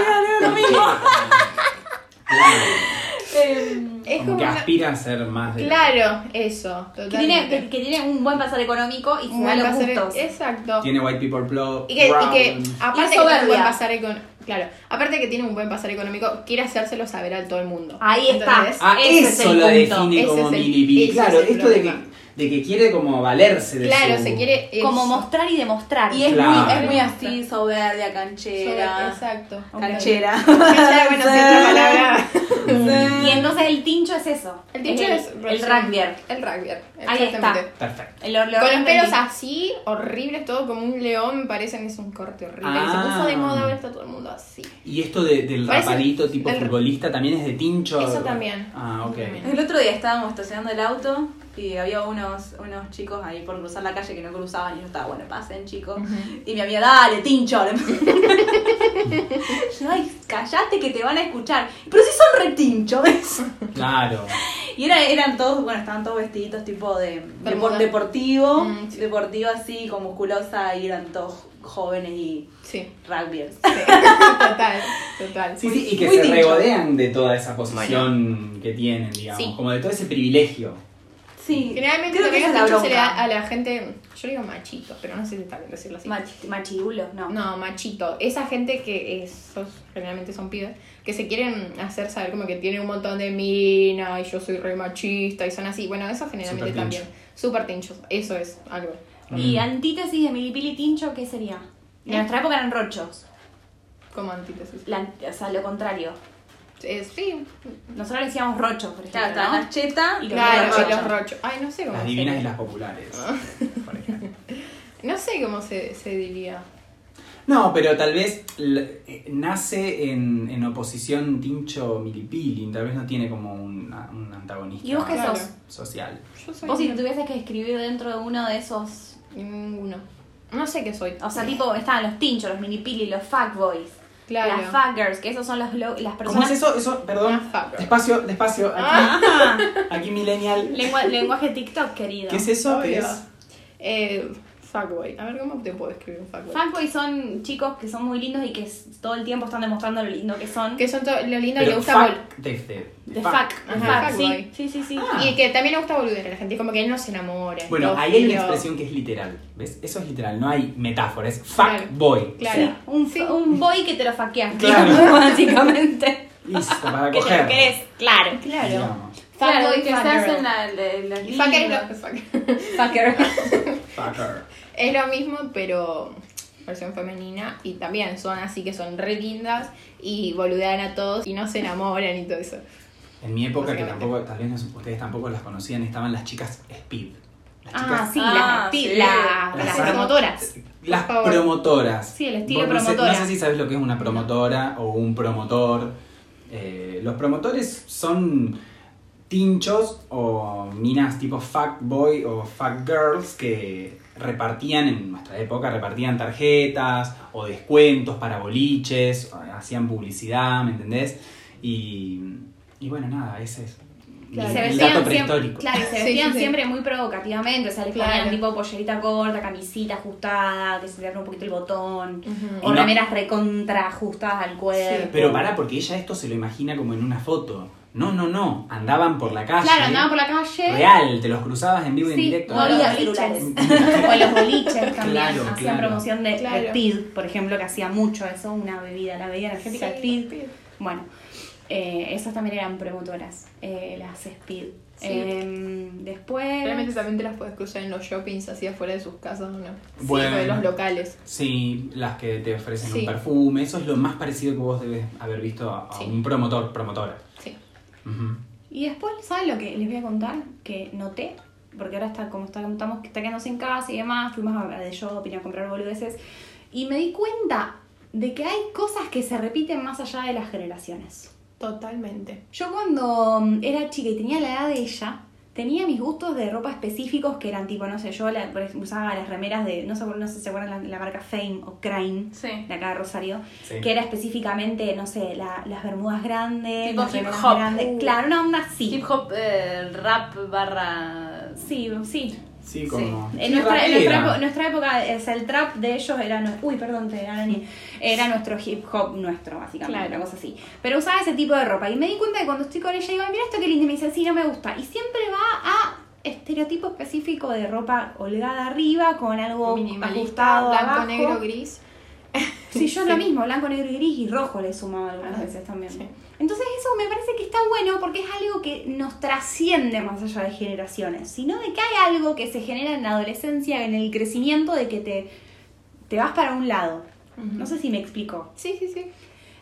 Em,
Es
como
como
que
una-
aspira a ser más de...
Claro, eso.
Que tiene, que,
Totalmente.
que tiene un buen pasar económico y se
Un
da
buen
los
pasar- e-
gustos.
Exacto.
Tiene white people plo-
Y que, y
brown.
que aparte
Y
que tiene un buen
soberbia.
pasar económico. Claro, aparte que tiene un buen pasar económico, quiere hacérselo saber a todo el mundo.
Ahí está.
¿Entendés?
Ah,
Ese es
eso
el
lo
punto.
define
Ese
como
es el-
milipil.
ese
Claro,
es el
esto de que,
problema.
de que quiere como valerse de
Claro,
su-
se quiere.
Como
eso.
mostrar y demostrar.
y es, muy,
Claro.
es muy así, soberbia, canchera.
Exacto.
Canchera.
Canchera, bueno, es otra palabra.
Y
Mm,
entonces el tincho es eso.
El dicho
Es
es
el, el rugbyer.
El rugby.
Ahí está.
Perfecto.
El or- lo
Con los
entendí.
pelos así, horribles, todo como un león, parecen es un corte horrible. que
Ah.
se puso de moda, ahora está todo el mundo así.
Y esto de- del
Parece-
rapadito tipo
el-
futbolista también es de tincho.
Eso también.
Ah, ok.
También.
El otro día estábamos estacionando el auto y había unos, unos chicos ahí por cruzar la calle que no cruzaban y yo estaba, bueno, pasen chicos. Y mi amiga, dale, tincho. Le- yo, ay, callate que te van a escuchar. Pero si son retincho, ¿ves?
Claro.
Y era- eran todos, bueno, estaban todos vestiditos tipo de
Bermuda.
depo- deportivo,
Mm, sí.
deportivo así, con musculosa y eran todos jóvenes y
Sí.
rugbyers.
total, total.
Sí, sí, y que
muy
se
tincho.
regodean de toda esa posición que tienen, digamos.
Sí.
Como de todo ese privilegio.
Sí,
Generalmente
creo que
también el
esa es la
dicho
bronca.
se le da a la gente, yo digo machito, pero no sé si está bien decirlo así.
Machi- machirulo, no.
No, machito. Esa gente que es, sos- generalmente son pibes, que se quieren hacer saber como que tienen un montón de mina y yo soy re machista y son así. Bueno, eso generalmente
Súper tincho.
también. Súper tinchos. Eso es algo.
Y
Mm.
antítesis de milipili tincho, ¿qué sería? En
¿Eh?
nuestra época eran rochos.
Como antítesis.
La ant- o sea, lo contrario.
Eh, sí,
Nosotros le decíamos rochos, por ejemplo.
claro, estaban
¿no?
las chetas y los
claro,
rochos.
los rochos. Ay, no sé cómo
Las
se
divinas y
diría.
las populares. Ah. por ejemplo.
No sé cómo se, se diría.
No, pero tal vez l- eh, nace en, en oposición Tincho Milipili, tal vez no tiene como un, a- un antagonista
¿Y vos qué
Claro.
sos?
social.
Yo soy
Vos si
una-
te tuvieses que escribir dentro de uno de esos...
ninguno. No sé qué soy.
O sea, tipo, estaban los tinchos, los minipili, los fuckboys,
Claro.
las fuckgirls, que esos son los lo- las
¿Cómo
personas...
es eso? Eso, perdón.
Una fucker.
Despacio, despacio. Aquí,
Ajá.
aquí millennial.
Lengua- lenguaje TikTok, querido.
¿Qué es eso? ¿Qué
Obvio.
es?
Eh, fuckboy. A ver cómo te puedo escribir un fuckboy.
Fanboys son chicos que son muy lindos y que s- todo el tiempo están demostrando lo lindo que son.
que son to- lo lindo y le
Pero
gusta vol-
fuck, de, de- de
De
fuck.
fuck.
Ajá,
fuck,
fuckboy.
sí, sí, sí. sí.
Ah.
Y que también le gusta volver a la gente, como que él no se enamora.
Bueno,
no,
ahí hay una
pero-
expresión que es literal, ¿ves? Eso es literal, no hay metáfora, es fuck
Claro.
boy.
Claro.
Sí.
Un,
Sí.
un boy que te lo faqueas,
Claro.
básicamente.
Listo, para
que te
coger.
lo querés, claro.
Claro.
digamos.
Claro,
Fuckboy,
que se hacen
fuckgirl.
la, la- las
Fucker es
lindas.
lo, fucker.
Fucker.
Fucker.
es lo mismo, pero versión femenina. Y también son así que son re lindas y boludean a todos y no se enamoran y todo eso.
En mi época, que
Básicamente.
tampoco, tal vez no- ustedes tampoco las conocían, estaban las chicas Speed. Las
Ah,
chicas-
sí,
Ah,
las, esti-
sí.
la-
Las
las
armas.
promotoras.
Las
por favor.
promotoras.
Sí, el estilo
no sé-
promotora.
No sé, si sabes lo que es una promotora o un promotor. Eh, los promotores son tinchos o minas tipo fuck boy o fuck girls que repartían en nuestra época repartían tarjetas o descuentos para boliches, hacían publicidad, ¿me entendés? Y, y bueno, nada, ese es
Claro,
el,
se
el
vestían
dato
siempre,
prehistórico.
claro, y se
Sí,
vestían
sí, sí.
siempre muy provocativamente, o sea, les
Claro.
ponían tipo pollerita corta, camisita ajustada, que se le abra un poquito el botón,
Y
Ujú.
o
no-
remeras recontra ajustadas al cuerpo.
Pero para, porque ella esto se lo imagina como en una foto. No, no, no. Andaban por la calle.
Claro, andaban por la calle.
¿eh? Real, te los cruzabas en vivo y en
Sí,
directo.
no había
celulares.
celulares. o los boliches también.
Claro,
Hacían
claro.
promoción de,
Claro.
de TID, por ejemplo, que hacía mucho eso, una bebida, la bebida energética
Sí,
TID.
Speed.
Bueno, eh, esas también eran promotoras, eh, las Speed.
Sí.
Eh, después.
Realmente también te las puedes cruzar en los shoppings así afuera de sus casas, ¿o ¿no?
Bueno.
Sí, o de los locales.
Sí, las que te ofrecen
Sí.
un perfume. Eso es lo más parecido que vos debes haber visto a, a
Sí.
un promotor, promotora.
Sí.
Ujú.
Y después, ¿saben lo que les voy a contar? Que noté, porque ahora está, como está, estamos está quedándose en casa y demás, fuimos a, de shopping a comprar boludeces, y me di cuenta de que hay cosas que se repiten más allá de las generaciones.
Totalmente.
Yo cuando mm, era chica y tenía la edad de ella, tenía mis gustos de ropa específicos que eran tipo, no sé, yo la- por ejemplo, usaba las remeras de, no sé, no sé si se acuerdan la, la marca Fame o Crime,
Sí.
de acá de Rosario,
Sí.
que era específicamente, no sé, la- las bermudas grandes,
Tipo
las
hip
remeras
hop.
grandes. Claro, una onda así.
Hip hop, eh, rap barra.
Sí, sí.
Sí, como.
En
Sí,
nuestra, en nuestra
rapera.
epo- nuestra época, es el trap de ellos era. nue- Uy, perdón, te era, era nuestro hip hop nuestro, básicamente,
Claro.
una cosa así. Pero usaba ese tipo de ropa. Y me di cuenta que cuando estoy con ella, digo, "Ay, mira esto qué lindo. Y me dice, sí, no me gusta. Y siempre va a estereotipo específico de ropa holgada arriba, con algo
Minimalista,
ajustado
blanco,
abajo.
negro, gris.
Sí, yo
Sí.
lo mismo, blanco, negro y gris y rojo le he sumado algunas veces también.
Sí.
Entonces eso me parece que está bueno porque es algo que nos trasciende más allá de generaciones, sino de que hay algo que se genera en la adolescencia, en el crecimiento de que te, te vas para un lado.
Ujú.
No sé si me explico.
Sí, sí, sí.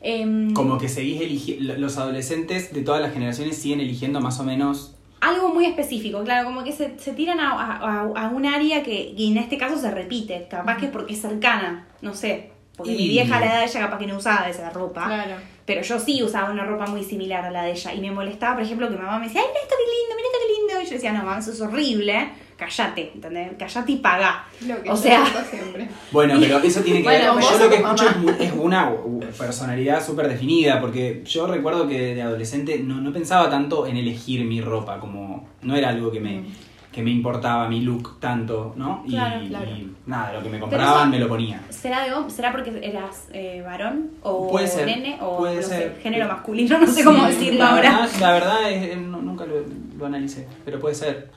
Em,
Como que seguís eligiendo. Los adolescentes de todas las generaciones siguen eligiendo más o menos.
Algo muy específico, claro, como que se, se tiran a, a- a- a un área que, y en este caso se repite, capaz que porque es cercana, no sé. Porque mi
Y-
vieja a la edad de ella capaz que no usaba esa ropa.
Claro.
Pero yo sí usaba una ropa muy similar a la de ella. Y me molestaba, por ejemplo, que mi mamá me decía, ay, mira esto qué lindo, mira esto qué lindo. Y yo decía, no, mamá, eso es horrible. Callate, ¿entendés? Callate y pagá.
Lo que
O
yo
sea-
digo siempre.
Bueno, pero eso tiene que
Bueno,
ver.
vos
Yo lo que
sos
escucho es, mu- es una u- personalidad súper definida, porque yo recuerdo que de adolescente no, no pensaba tanto en elegir mi ropa, como no era algo que me, que me importaba mi look tanto, ¿no? Y,
Claro,
claro.
y nada, lo que me
eso-
compraban me lo ponía.
¿Será, de, hom- ¿Será porque eras eh, varón? ¿O
Puede ser,
nene? ¿O
puede
no sé,
ser.
género masculino? No sé cómo
Sí,
decirlo
la
ahora.
Verdad, la verdad es- eh, no- nunca lo, lo analicé, pero puede ser.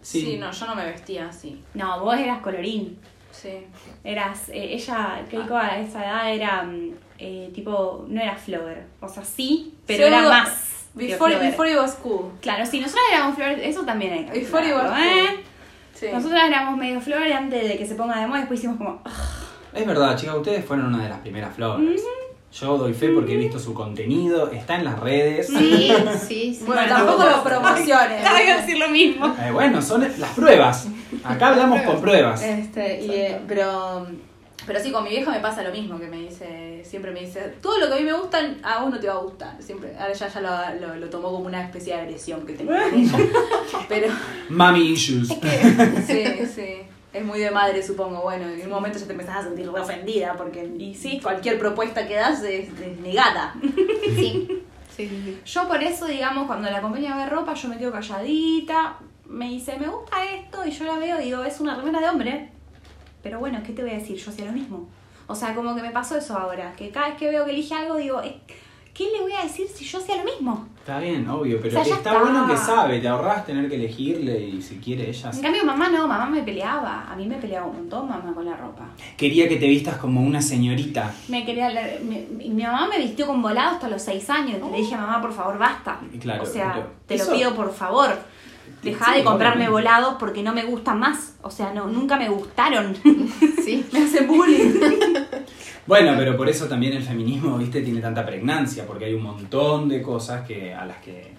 Sí,
Sí. no, yo no me vestía así.
No, vos eras colorín.
Sí.
Eras, eh, ella, Keiko a esa edad era mm, eh, tipo, no era flower. O sea, sí, pero
Sí,
era
hubo-
más. que
Before,
flower.
before it was cool.
Claro, sí, nosotros éramos flower, eso también hay que
Before it was
aclararlo, ¿eh?
cool. Sí.
Nosotras éramos medio flores antes de que se ponga de moda, después hicimos como. "Ugh".
es verdad, chicas, ustedes fueron una de las primeras flores. Yo doy fe porque he visto su contenido, está en las redes.
Sí, sí, sí.
Bueno, tampoco lo promociones.
Acabo de decir lo mismo.
Eh, bueno, son las pruebas. Acá hablamos con pruebas.
Este, y, eh, pero, pero sí, con mi vieja me pasa lo mismo, que me dice, siempre me dice, todo lo que a mí me gusta, a vos no te va a gustar. Siempre, ahora ya, ya lo, lo, lo tomó como una especie de agresión que tengo. con ella. pero
Mami issues.
sí, sí. Es muy de madre, supongo. Bueno, en un momento ya te empezás a sentir re ofendida porque y sí, cualquier propuesta que das es, es negada.
Sí. Sí, sí, sí.
Yo por eso, digamos, cuando la compañía ve ropa, yo me quedo calladita. Me dice, me gusta esto, y yo la veo y digo, es una remera de hombre. Pero bueno, ¿qué te voy a decir? Yo hacía lo mismo. O sea, como que me pasó eso ahora, que cada vez que veo que elige algo, digo, "Eh, ¿qué le voy a decir si yo hacía lo mismo?
Está bien, obvio, pero
O sea, ya
está,
está.
bueno que sabe, te ahorras tener que elegirle y si quiere ella.
En cambio, mamá no, mamá me peleaba. A mí me peleaba un montón, mamá, con la ropa.
Quería que te vistas como una señorita.
Me quería, la- mi, mi- mi mamá me vistió con volado hasta los seis años. Le dije, mamá, por favor, basta.
Y claro,
o sea,
pero
te
eso-
lo pido por favor. Deja
Sí,
de comprarme
obviamente.
volados porque no me gustan más. O sea, no, nunca me gustaron.
Sí.
Me hace bullying.
Bueno, pero por eso también el feminismo, viste, tiene tanta pregnancia, porque hay un montón de cosas que a las que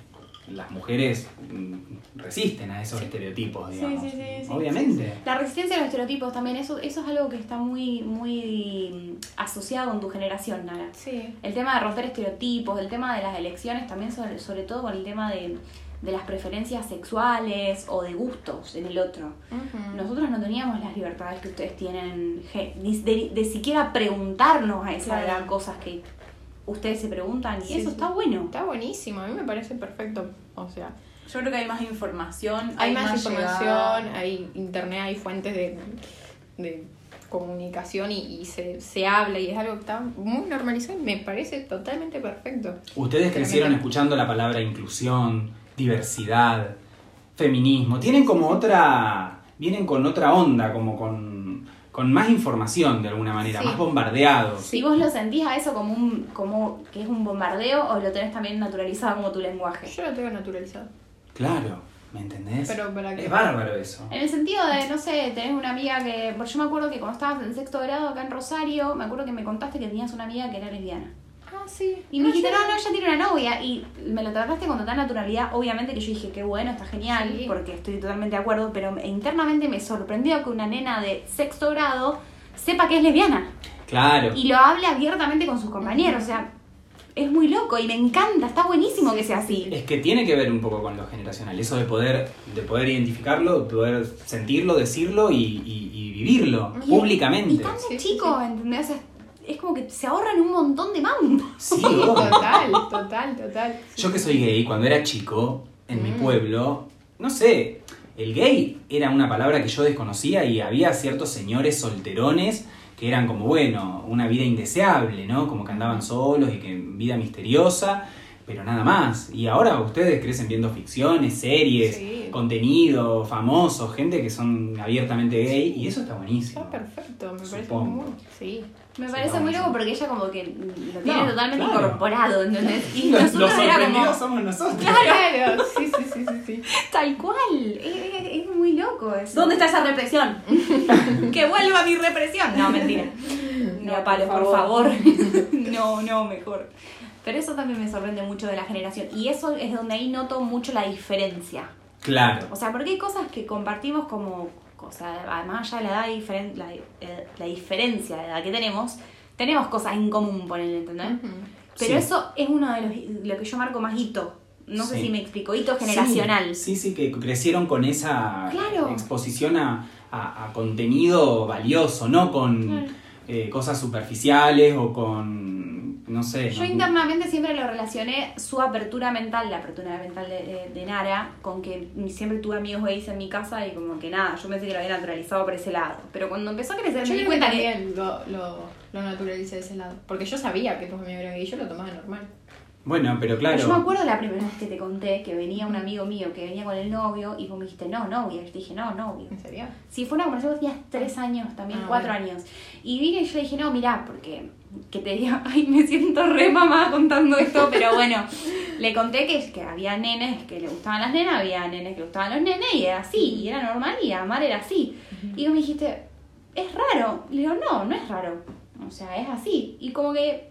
las mujeres mm, resisten a esos estereotipos,
Sí,
digamos.
sí, sí, sí,
Obviamente.
La resistencia a los estereotipos también, eso, eso es algo que está muy, muy mm, asociado con tu generación, Nara.
Sí.
El tema de romper estereotipos, el tema de las elecciones, también sobre, sobre todo con el tema de, de las preferencias sexuales o de gustos en el otro. Nosotros no teníamos las libertades que ustedes tienen, je- ni de, de siquiera preguntarnos a esa
Claro.
edad cosas que ustedes se preguntan y
Sí,
eso
sí.
está bueno.
Está buenísimo, a mí me parece perfecto. O sea,
Yo creo que hay más información.
hay, más, información,
llegada.
hay internet, hay fuentes de, de comunicación y, y se, se habla y es algo que está muy normalizado y me parece totalmente perfecto.
Ustedes crecieron escuchando la palabra inclusión, diversidad, feminismo. Tienen como otra. Vienen con otra onda, como con, con más información de alguna manera,
Sí.
más bombardeados.
Si vos lo sentís a eso como un como que es un bombardeo o lo tenés también naturalizado como tu lenguaje.
Yo lo tengo naturalizado.
Claro, ¿me entendés?
Pero para que-
Es bárbaro eso.
En el sentido de, no sé, tenés una amiga que. Porque yo me acuerdo que cuando estabas en sexto grado acá en Rosario, me acuerdo que me contaste que tenías una amiga que era lesbiana.
Ah, sí.
Y me dijiste, no, no, ella tiene una novia. Y me lo trataste con total naturalidad. Obviamente que yo dije, qué bueno, está genial,
Sí.
porque estoy totalmente de acuerdo. Pero internamente me sorprendió que una nena de sexto grado sepa que es lesbiana.
Claro.
Y lo hable abiertamente con sus compañeros. O sea, es muy loco y me encanta, está buenísimo que sea así.
Es que tiene que ver un poco con lo generacional, eso de poder, de poder identificarlo, de poder sentirlo, decirlo y, y- y vivirlo
Y-
públicamente.
Y tan de
Sí, sí,
chico, ¿entendés? O sea, es como que se ahorran un montón de mambo.
Sí,
Sí,
obvio.
total, total, total.
Yo que soy gay, cuando era chico, en mi
Mm.
pueblo, no sé, el gay era una palabra que yo desconocía y había ciertos señores solterones que eran como, bueno, una vida indeseable, ¿no? Como que andaban solos y que vida misteriosa, pero nada más. Y ahora ustedes crecen viendo ficciones, series,
Sí.
contenido, famosos, gente que son abiertamente gay y eso está buenísimo.
Está perfecto, me
Supongo.
parece muy. Sí.
Me
Sí,
parece
no,
muy
sí.
loco porque ella como que lo tiene
No,
totalmente
claro.
incorporado, ¿entendés? Y
Los-
nosotros
Los
era
sorprendidos
como,
somos nosotros.
Claro, sí, sí, sí, sí, sí.
tal cual, es, es- es muy loco eso.
¿Dónde está esa represión?
que vuelva mi represión? No, mentira. No,
No,
palos,
por
por favor. no, no, mejor. Pero eso también me sorprende mucho de la generación. Y eso es donde ahí noto mucho la diferencia.
Claro.
O sea, porque hay cosas que compartimos como, o sea, además ya la edad diferen- la, eh, la diferencia de edad que tenemos, tenemos cosas en común, ponerle, ¿entendés? Pero
Sí.
eso es uno de los, lo que yo marco más hito. No sé
Sí.
si me explico, hito generacional.
Sí, sí, sí, que crecieron con esa eh,
Claro.
exposición a, a- a contenido valioso, no con
Claro.
eh, cosas superficiales o con, no sé.
Yo
no-
internamente siempre lo relacioné su apertura mental, la apertura mental de, de- de Nara, con que siempre tuve amigos gays en mi casa y como que nada, yo pensé que lo había naturalizado por ese lado. Pero cuando empezó a crecer
Yo
me di
creo que
cuenta que
también lo, lo, lo naturalicé de ese lado. Porque yo sabía que tus amigos eran gay, yo lo tomaba normal.
Bueno, pero
Yo me
claro,
acuerdo la primera vez que te conté que venía un amigo mío que venía con el novio y vos me dijiste, no, novia. Yo te dije, no, novio.
¿En serio?
Sí, fue una conversación, vos tenías tres años, también
Ah,
cuatro
bueno.
años. Y vine y yo le dije, no, mirá, porque que te diga, ay, me siento re mamá contando esto, pero bueno, le conté que, que había nenes que le gustaban las nenas, había nenes que le gustaban los nenes, y era así, y era normal, y amar era así. Y vos me dijiste, es raro. Le digo, no, no es raro. O sea, es así. Y como que,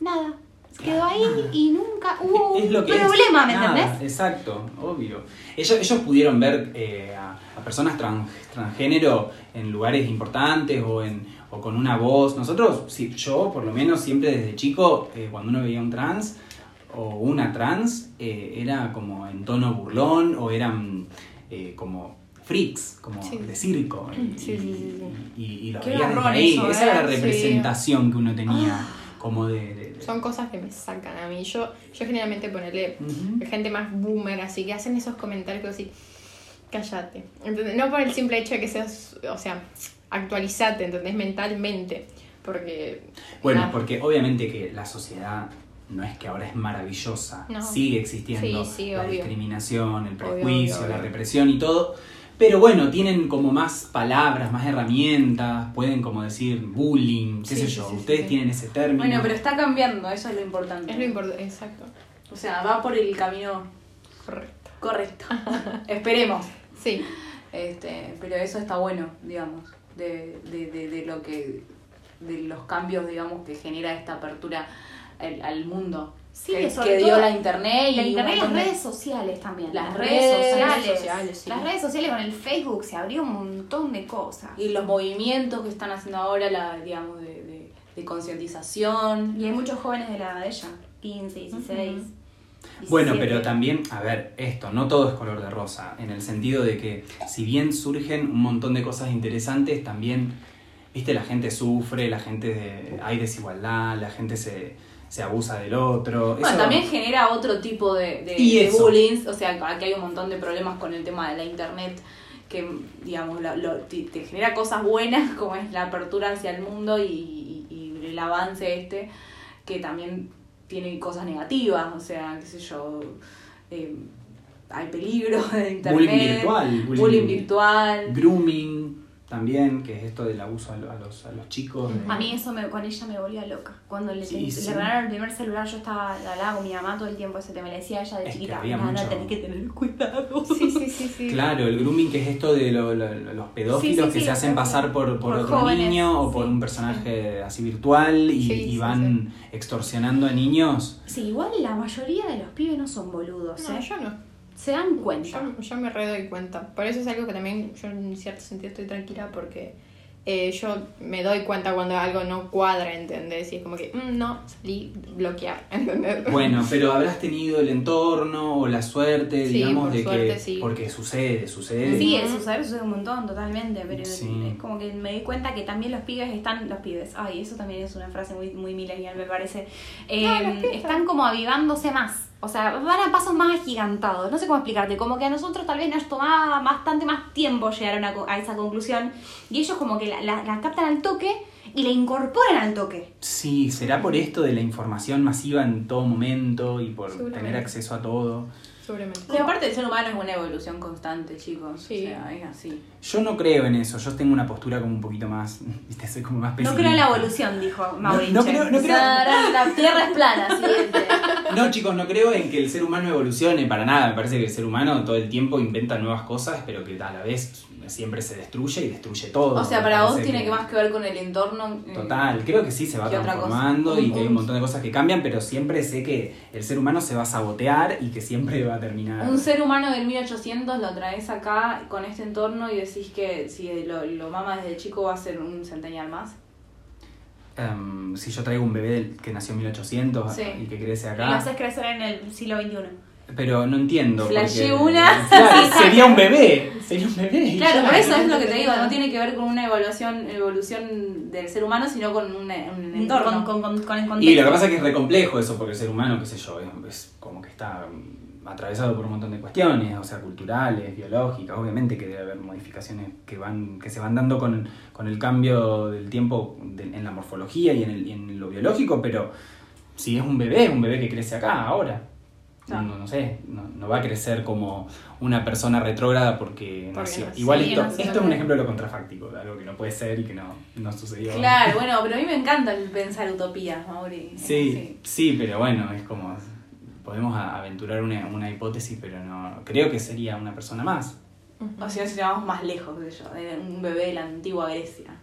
nada. Se quedó ahí y nunca hubo
Ah. es
un
lo que es.
Uh, problema, ¿me
Nada,
entendés?
Exacto, obvio. Ellos, ellos pudieron ver eh, a, a personas tran- transgénero en lugares importantes o en o con una voz. Nosotros, sí, yo por lo menos siempre desde chico, eh, cuando uno veía un trans o una trans, eh, era como en tono burlón o eran eh, como freaks, como
Sí.
de circo. Y,
Sí, sí, sí,
y- y- y lo
Qué
veía desde
garrón
ahí.
eso,
Esa era
¿eh?
la
Sí.
representación que uno tenía, como de... de- de-
Son cosas que me sacan a mí. Yo, yo generalmente ponerle
Ujú.
gente más boomer, así que hacen esos comentarios que así, cállate. ¿Entendés? No por el simple hecho de que seas, o sea, actualizate, ¿entendés? Mentalmente. Porque.
Bueno,
nada.
porque obviamente que la sociedad no es que ahora es maravillosa,
No.
sigue existiendo
Sí, sí,
la
obvio.
discriminación, el
Obvio,
prejuicio,
obvio,
la
obvio.
represión y todo, pero bueno, tienen como más palabras, más herramientas, pueden como decir bullying, qué
Sí,
sé
sí,
yo,
sí,
ustedes
sí.
tienen ese término.
Bueno, pero está cambiando, eso es lo importante.
Es lo importante. Exacto.
O sea, va por el camino
Correcto.
correcto. Esperemos.
Sí.
Este, pero eso está bueno, digamos, de, de, de, de lo que de los cambios, digamos, que genera esta apertura al, al mundo.
Sí,
que,
sobre
que dio
todo
la internet y
La internet y
un
las
montón de-
redes sociales también.
Las
Las
redes
redes sociales.
sociales, sí.
Las redes sociales con el Facebook se abrió un montón de cosas.
y los movimientos que están haciendo ahora, la, digamos, de, de- de concientización.
Y hay muchos jóvenes de la edad de ella, 15, 16.
Bueno,
17.
pero también, a ver, esto, no todo es color de rosa, en el sentido de que si bien surgen un montón de cosas interesantes, también, viste, la gente sufre, la gente, de- hay desigualdad, la gente se, se abusa del otro.
Bueno,
eso-
también genera otro tipo de, de,
Y
de
eso.
bullying, o sea, aquí hay un montón de problemas con el tema de la internet que, digamos, la- lo- te, te genera cosas buenas como es la apertura hacia el mundo y, y- y el avance este, que también tiene cosas negativas, o sea, qué sé yo, eh, hay peligro de internet.
bullying virtual, bullying,
bullying virtual.
grooming también, que es esto del abuso a, lo- a los, a los chicos. de-
A mí eso me- con ella me volvía loca. Cuando le,
Sí,
le
sí.
regalaron el primer celular, yo estaba la hablaba con mi mamá todo el tiempo ese tema. Le decía a ella de
Es que
chiquita,
había
"Nana,
mucho-
tenés que tener cuidado.
Sí, sí, sí, sí.
Claro, el grooming que es esto de lo- lo- los pedófilos
Sí, sí,
que
sí,
se hacen
los
pasar por, por
por
otro
jóvenes,
niño o por
sí,
un personaje así virtual y,
Sí,
y
sí,
van extorsionando a niños.
Sí, igual la mayoría de los pibes no son boludos,
No,
¿eh?
yo no.
Se dan cuenta.
Yo, yo me re doy cuenta. Por eso es algo que también yo en cierto sentido estoy tranquila porque eh, yo me doy cuenta cuando algo no cuadra, ¿entendés? Y es como que, mm, no, salí, bloquear, ¿entendés?
Bueno, pero habrás tenido el entorno o la suerte,
Sí,
digamos,
por
de que...
suerte, sí.
Porque sucede, sucede.
Sí,
Ujú.
eso sucede, sucede un montón, totalmente, pero
Sí.
es como que me di cuenta que también los pibes están, los pibes, ay, eso también es una frase muy, muy millennial, me parece, Eh,
los pibes
están como avivándose más, o sea, van a pasos más agigantados, no sé cómo explicarte, como que a nosotros tal vez nos tomaba bastante más tiempo llegar a, una co- a esa conclusión, y ellos como que la, la- la captan al toque y la incorporan al toque.
Sí, será por esto de la información masiva en todo momento y por
Seguramente.
tener acceso a todo.
Seguramente.
Y aparte el ser humano es una evolución constante, chicos.
Sí.
O sea, es así.
Yo no creo en eso, yo tengo una postura como un poquito más, viste, soy como más
No
pesimista.
creo en la evolución, dijo Mauricio.
no creo- no creo-
Sara, La tierra es plana, siguiente.
No, chicos, no creo en que el ser humano evolucione para nada. Me parece que el ser humano todo el tiempo inventa nuevas cosas, pero que a la vez siempre se destruye y destruye todo.
O sea,
Me
para vos
parece
tiene que más que ver con el entorno. eh,
Total, creo que sí se va
¿Qué otra cosa?
transformando y que hay un
Un-
montón de cosas que cambian, pero siempre sé que el ser humano se va a sabotear y que siempre va a terminar.
Un ser humano del 1800 lo traes acá con este entorno y decís que si lo, lo mama desde chico va a ser un centenial más.
Em, si yo traigo un bebé del- que nació en 1800
Sí.
y que crece
Y lo
acá,
haces crecer en el siglo XXI.
pero no entiendo.
Flashé
porque-
una.
Claro, sería un bebé. Sería un bebé. y
Claro,
ya.
por eso es lo que te digo, no tiene que ver con una evaluación, evolución del ser humano, sino con un, un entorno.
Con, con, con, con el contexto.
Y lo que pasa es que es re complejo eso, porque el ser humano, qué sé yo, es, es como que está mm, atravesado por un montón de cuestiones, o sea, culturales, biológicas, obviamente que debe haber modificaciones que van que se van dando con, con el cambio del tiempo de- en la morfología y en, el- y en lo biológico, pero si es un bebé, es un bebé que crece acá, ahora. No,
Claro.
no sé, no, no va a crecer como una persona retrógrada porque,
Porque
nació.
nació.
Igual
Sí,
esto,
nació
esto es un
acá.
ejemplo de lo contrafáctico, de algo que no puede ser y que no, no sucedió.
Claro, bueno, pero a mí me encanta el pensar utopías, Mauri. Es
Sí, sí, pero bueno, es como. Podemos a- aventurar una, una hipótesis, pero no. Creo que sería una persona más.
así. O sea, si nos vamos más lejos de yo, de un bebé de la antigua Grecia.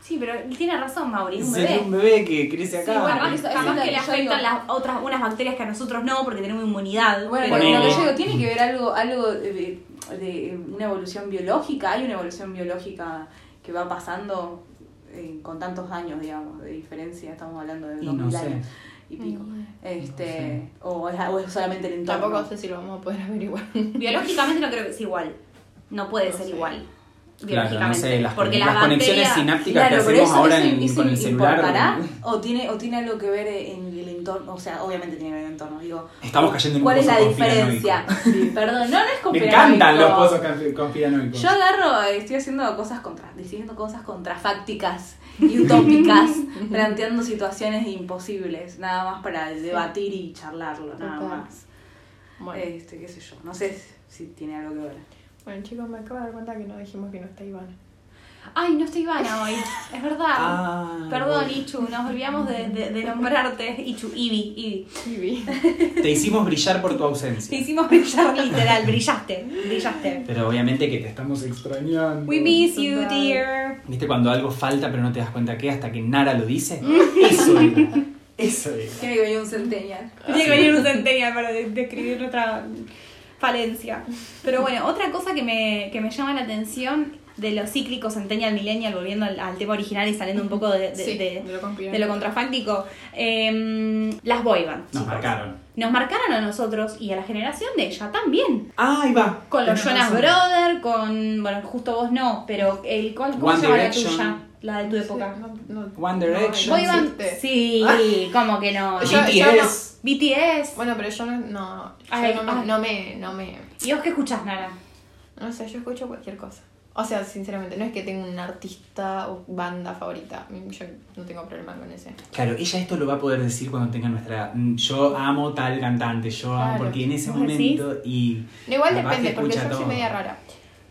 Sí, pero él tiene razón, Mauri, es un
Sería
bebé.
un bebé que crece acá.
Sí, bueno,
Capaz,
eso- eso
capaz
es lo
que
que
le
yo
afectan
digo.
las otras unas bacterias que a nosotros no, porque tenemos inmunidad.
Bueno,
pero-
pero lo que
Ponele.
yo digo, tiene que ver algo, algo de, de una evolución biológica, hay una evolución biológica que va pasando eh, con tantos años, digamos, de diferencia, estamos hablando de
Y
2000
no sé.
años y pico. Este,
sé.
o, es, o es solamente el entorno.
Tampoco sé si lo vamos a poder averiguar.
biológicamente no creo que sea igual. No puede
No
ser
sé.
igual.
Claro, no sé, las,
porque
las conexiones
bacterias-
sinápticas
Claro,
que
pero
hacemos
eso,
ahora
eso-
en-
eso
con el celular.
importará, o tiene o tiene algo que ver en el entorno, o sea, obviamente tiene que ver en el entorno, digo.
Estamos cayendo en un
¿Cuál es
pozo
la
conspiranoico.
diferencia? Sí, Perdón, no, no es
Me
conspiranoico.
encantan los pozos confi- conspiranoicos.
Yo agarro, eh, estoy haciendo cosas contra, diciendo cosas contrafácticas y utópicas, planteando situaciones imposibles, nada más para debatir y charlarlo, nada
Total.
más.
Bueno.
Este, qué sé yo, no sé si tiene algo que ver.
Eh, bueno, chicos, me acabo de dar cuenta que no dijimos que no está Ivana.
Ay, no estoy Ivana hoy. Es verdad.
Ah,
Perdón, Ichu, nos olvidamos de, de- de nombrarte. Ichu, Ibi, Ibi.
Ibi.
Te hicimos brillar por tu
Te
ausencia.
hicimos brillar literal, brillaste, brillaste.
Pero obviamente que te estamos extrañando.
We miss you, dear.
¿Viste cuando algo falta pero no te das cuenta qué hasta que Nara lo dice? Eso digo. Eso es.
Tiene que venir un centenial.
Ah,
Tiene que venir un centenial para de- describir nuestra falencia. Pero bueno, otra cosa que me, que me llama la atención de los cíclicos centennial, millennial, volviendo al, al tema original y saliendo un poco de, de-
Sí,
de-
lo conspirano.
de lo contrafáctico, em, las boyband.
Nos marcaron.
Nos marcaron a nosotros y a la generación de ella también.
Ah, ahí va.
Con los
Tenés
Jonas
razón.
Brothers, con. Bueno, justo vos no, pero el, ¿cuál- ¿cómo
One
se llama la
Direction.
tuya? La de tu época.
No, no,
One
no,
Direction.
Boy Band. Sí.
Sí, ¿cómo que no?
Yo-
BTS.
BTS.
Bueno, pero yo no. No, yo
Ay, ah.
no, me,
ay.
no me. No me.
¿Y vos qué escuchás, Nara?
No sé, yo escucho cualquier cosa. O sea, sinceramente, no es que tenga un artista o banda favorita. Yo no tengo problema con ese.
Claro, ella esto lo va a poder decir cuando tenga nuestra. mm, Yo amo tal cantante, yo amo.
Claro.
Porque en ese
¿Vos decís?
momento. Y.
No, igual
capaz que
depende, porque
escucha
yo soy
todo.
media rara.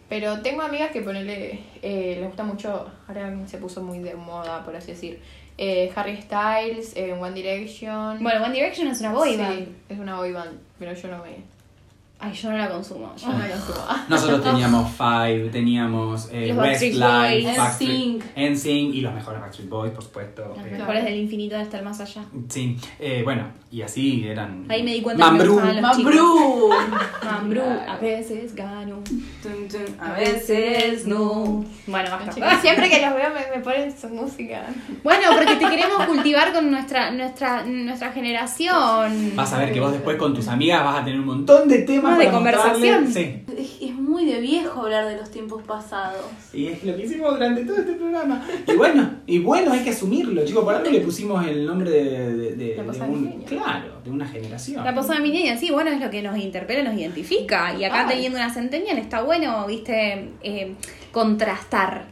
Pero tengo amigas que ponerle, eh, les gusta mucho, ahora se puso muy de moda, por así decir, eh, Harry Styles, eh, One Direction.
Bueno, One Direction es una boy
Sí,
band.
es una boy band, pero yo no me...
Ay, yo no la consumo. yo
Yo
no
no
la-
lo subo.
Nosotros teníamos Five, teníamos eh,
Los Backstreet
Westlife,
Boys.
Backstreet-
NSYNC.
NSYNC y los mejores Backstreet Boys, por supuesto.
Las
eh,
Claro.
mejores del infinito hasta el más allá.
Sí, eh, bueno, y así eran.
Ahí me di cuenta que me
Mambrú.
gustaban los-
¡Mambrú!
Mambrú,
Claro.
a veces gano,
Tum, tum, a veces no.
Bueno, basta. Ah,
Chicos, Siempre que los veo me, me ponen su música.
Bueno, porque te queremos cultivar con nuestra, nuestra, nuestra generación.
Vas a ver que vos después con tus amigas vas a tener un montón de temas
Más Ah, de
para mostrarle.
conversación.
Es, es muy de viejo hablar de los tiempos pasados.
Sí. Y es lo que hicimos durante todo este programa. Y bueno, y bueno, hay que asumirlo, chicos. Por algo le pusimos el nombre de, de- de-
La
de
pasada
un,
milenial.
claro, de una generación.
La posada milenial, sí, bueno, es lo que nos interpela, nos identifica. Y acá
Ay.
teniendo una centenial está bueno, viste, eh, contrastar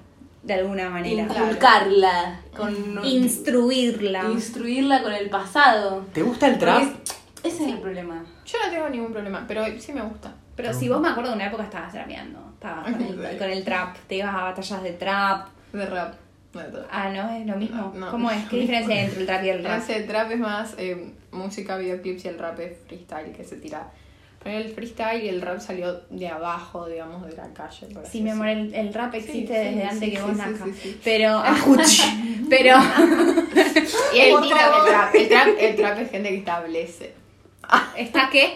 de alguna manera.
Inculcarla. Con un-
Instruirla.
Instruirla con el pasado.
¿Te gusta el trap?
Porque es- Ese es el problema.
Yo no tengo ningún problema, pero sí me gusta.
Pero si vos me acuerdo de una época estabas trapeando, estabas con el, con el trap, te ibas a batallas de trap.
De rap. No, de trap.
Ah, no, es lo mismo.
No, no.
¿Cómo es? ¿Qué diferencia hay entre el trap y el rap?
Hace trap es más eh, música, videoclips y el rap es freestyle que se tira. Pero el freestyle y el rap salió de abajo, digamos, de la calle. por así
Sí, mi amor,
decirlo.
el, el rap existe
Sí, sí,
desde
sí,
antes que
sí,
vos
sí,
nazcas.
sí, sí.
Pero. ah, pero.
Y el
Por
tiro
favor.
del trap. El trap, el trap es gente que establece.
¿Está qué?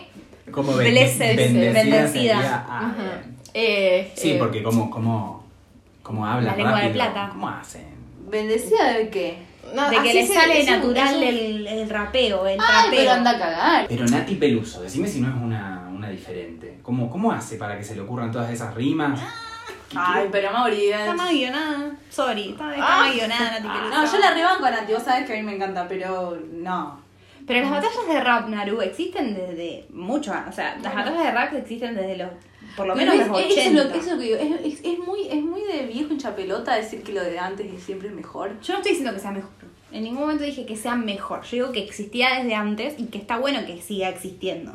Como
Blessed, bendecida.
sería- ah,
Ajá.
bien.
Eh,
Sí,
eh,
porque como, como, como hablan
La lengua de
rápido,
plata.
¿Cómo hacen?
¿Bendecida de qué?
no,
de que
Ah, así
le
se-
sale
es un-
natural
es un-
el, el rapeo, el
Ay,
trapeo.
pero anda a cagar.
Pero Nati Peluso, decime si no es una, una diferente. ¿Cómo, ¿Cómo hace para que se le ocurran todas esas rimas?
Ay, pero
Está
Mauricio.
más guionada. Sorry, está, está
Ah.
más guionada, Nati Peluso.
No, yo la rebanco a Nati, vos sabés que a mí me encanta, pero no.
Pero las batallas de rap, Naru, existen desde mucho antes. O sea, las batallas de rap existen desde los. Por lo
Pero
menos
es-
los
es-
80.
Eso es lo, eso es lo que digo. Es, es- es muy, es muy de viejo en chapelota decir que lo de antes y siempre es mejor.
Yo no estoy diciendo que sea mejor. En ningún momento dije que sea mejor. Yo digo que existía desde antes y que está bueno que siga existiendo.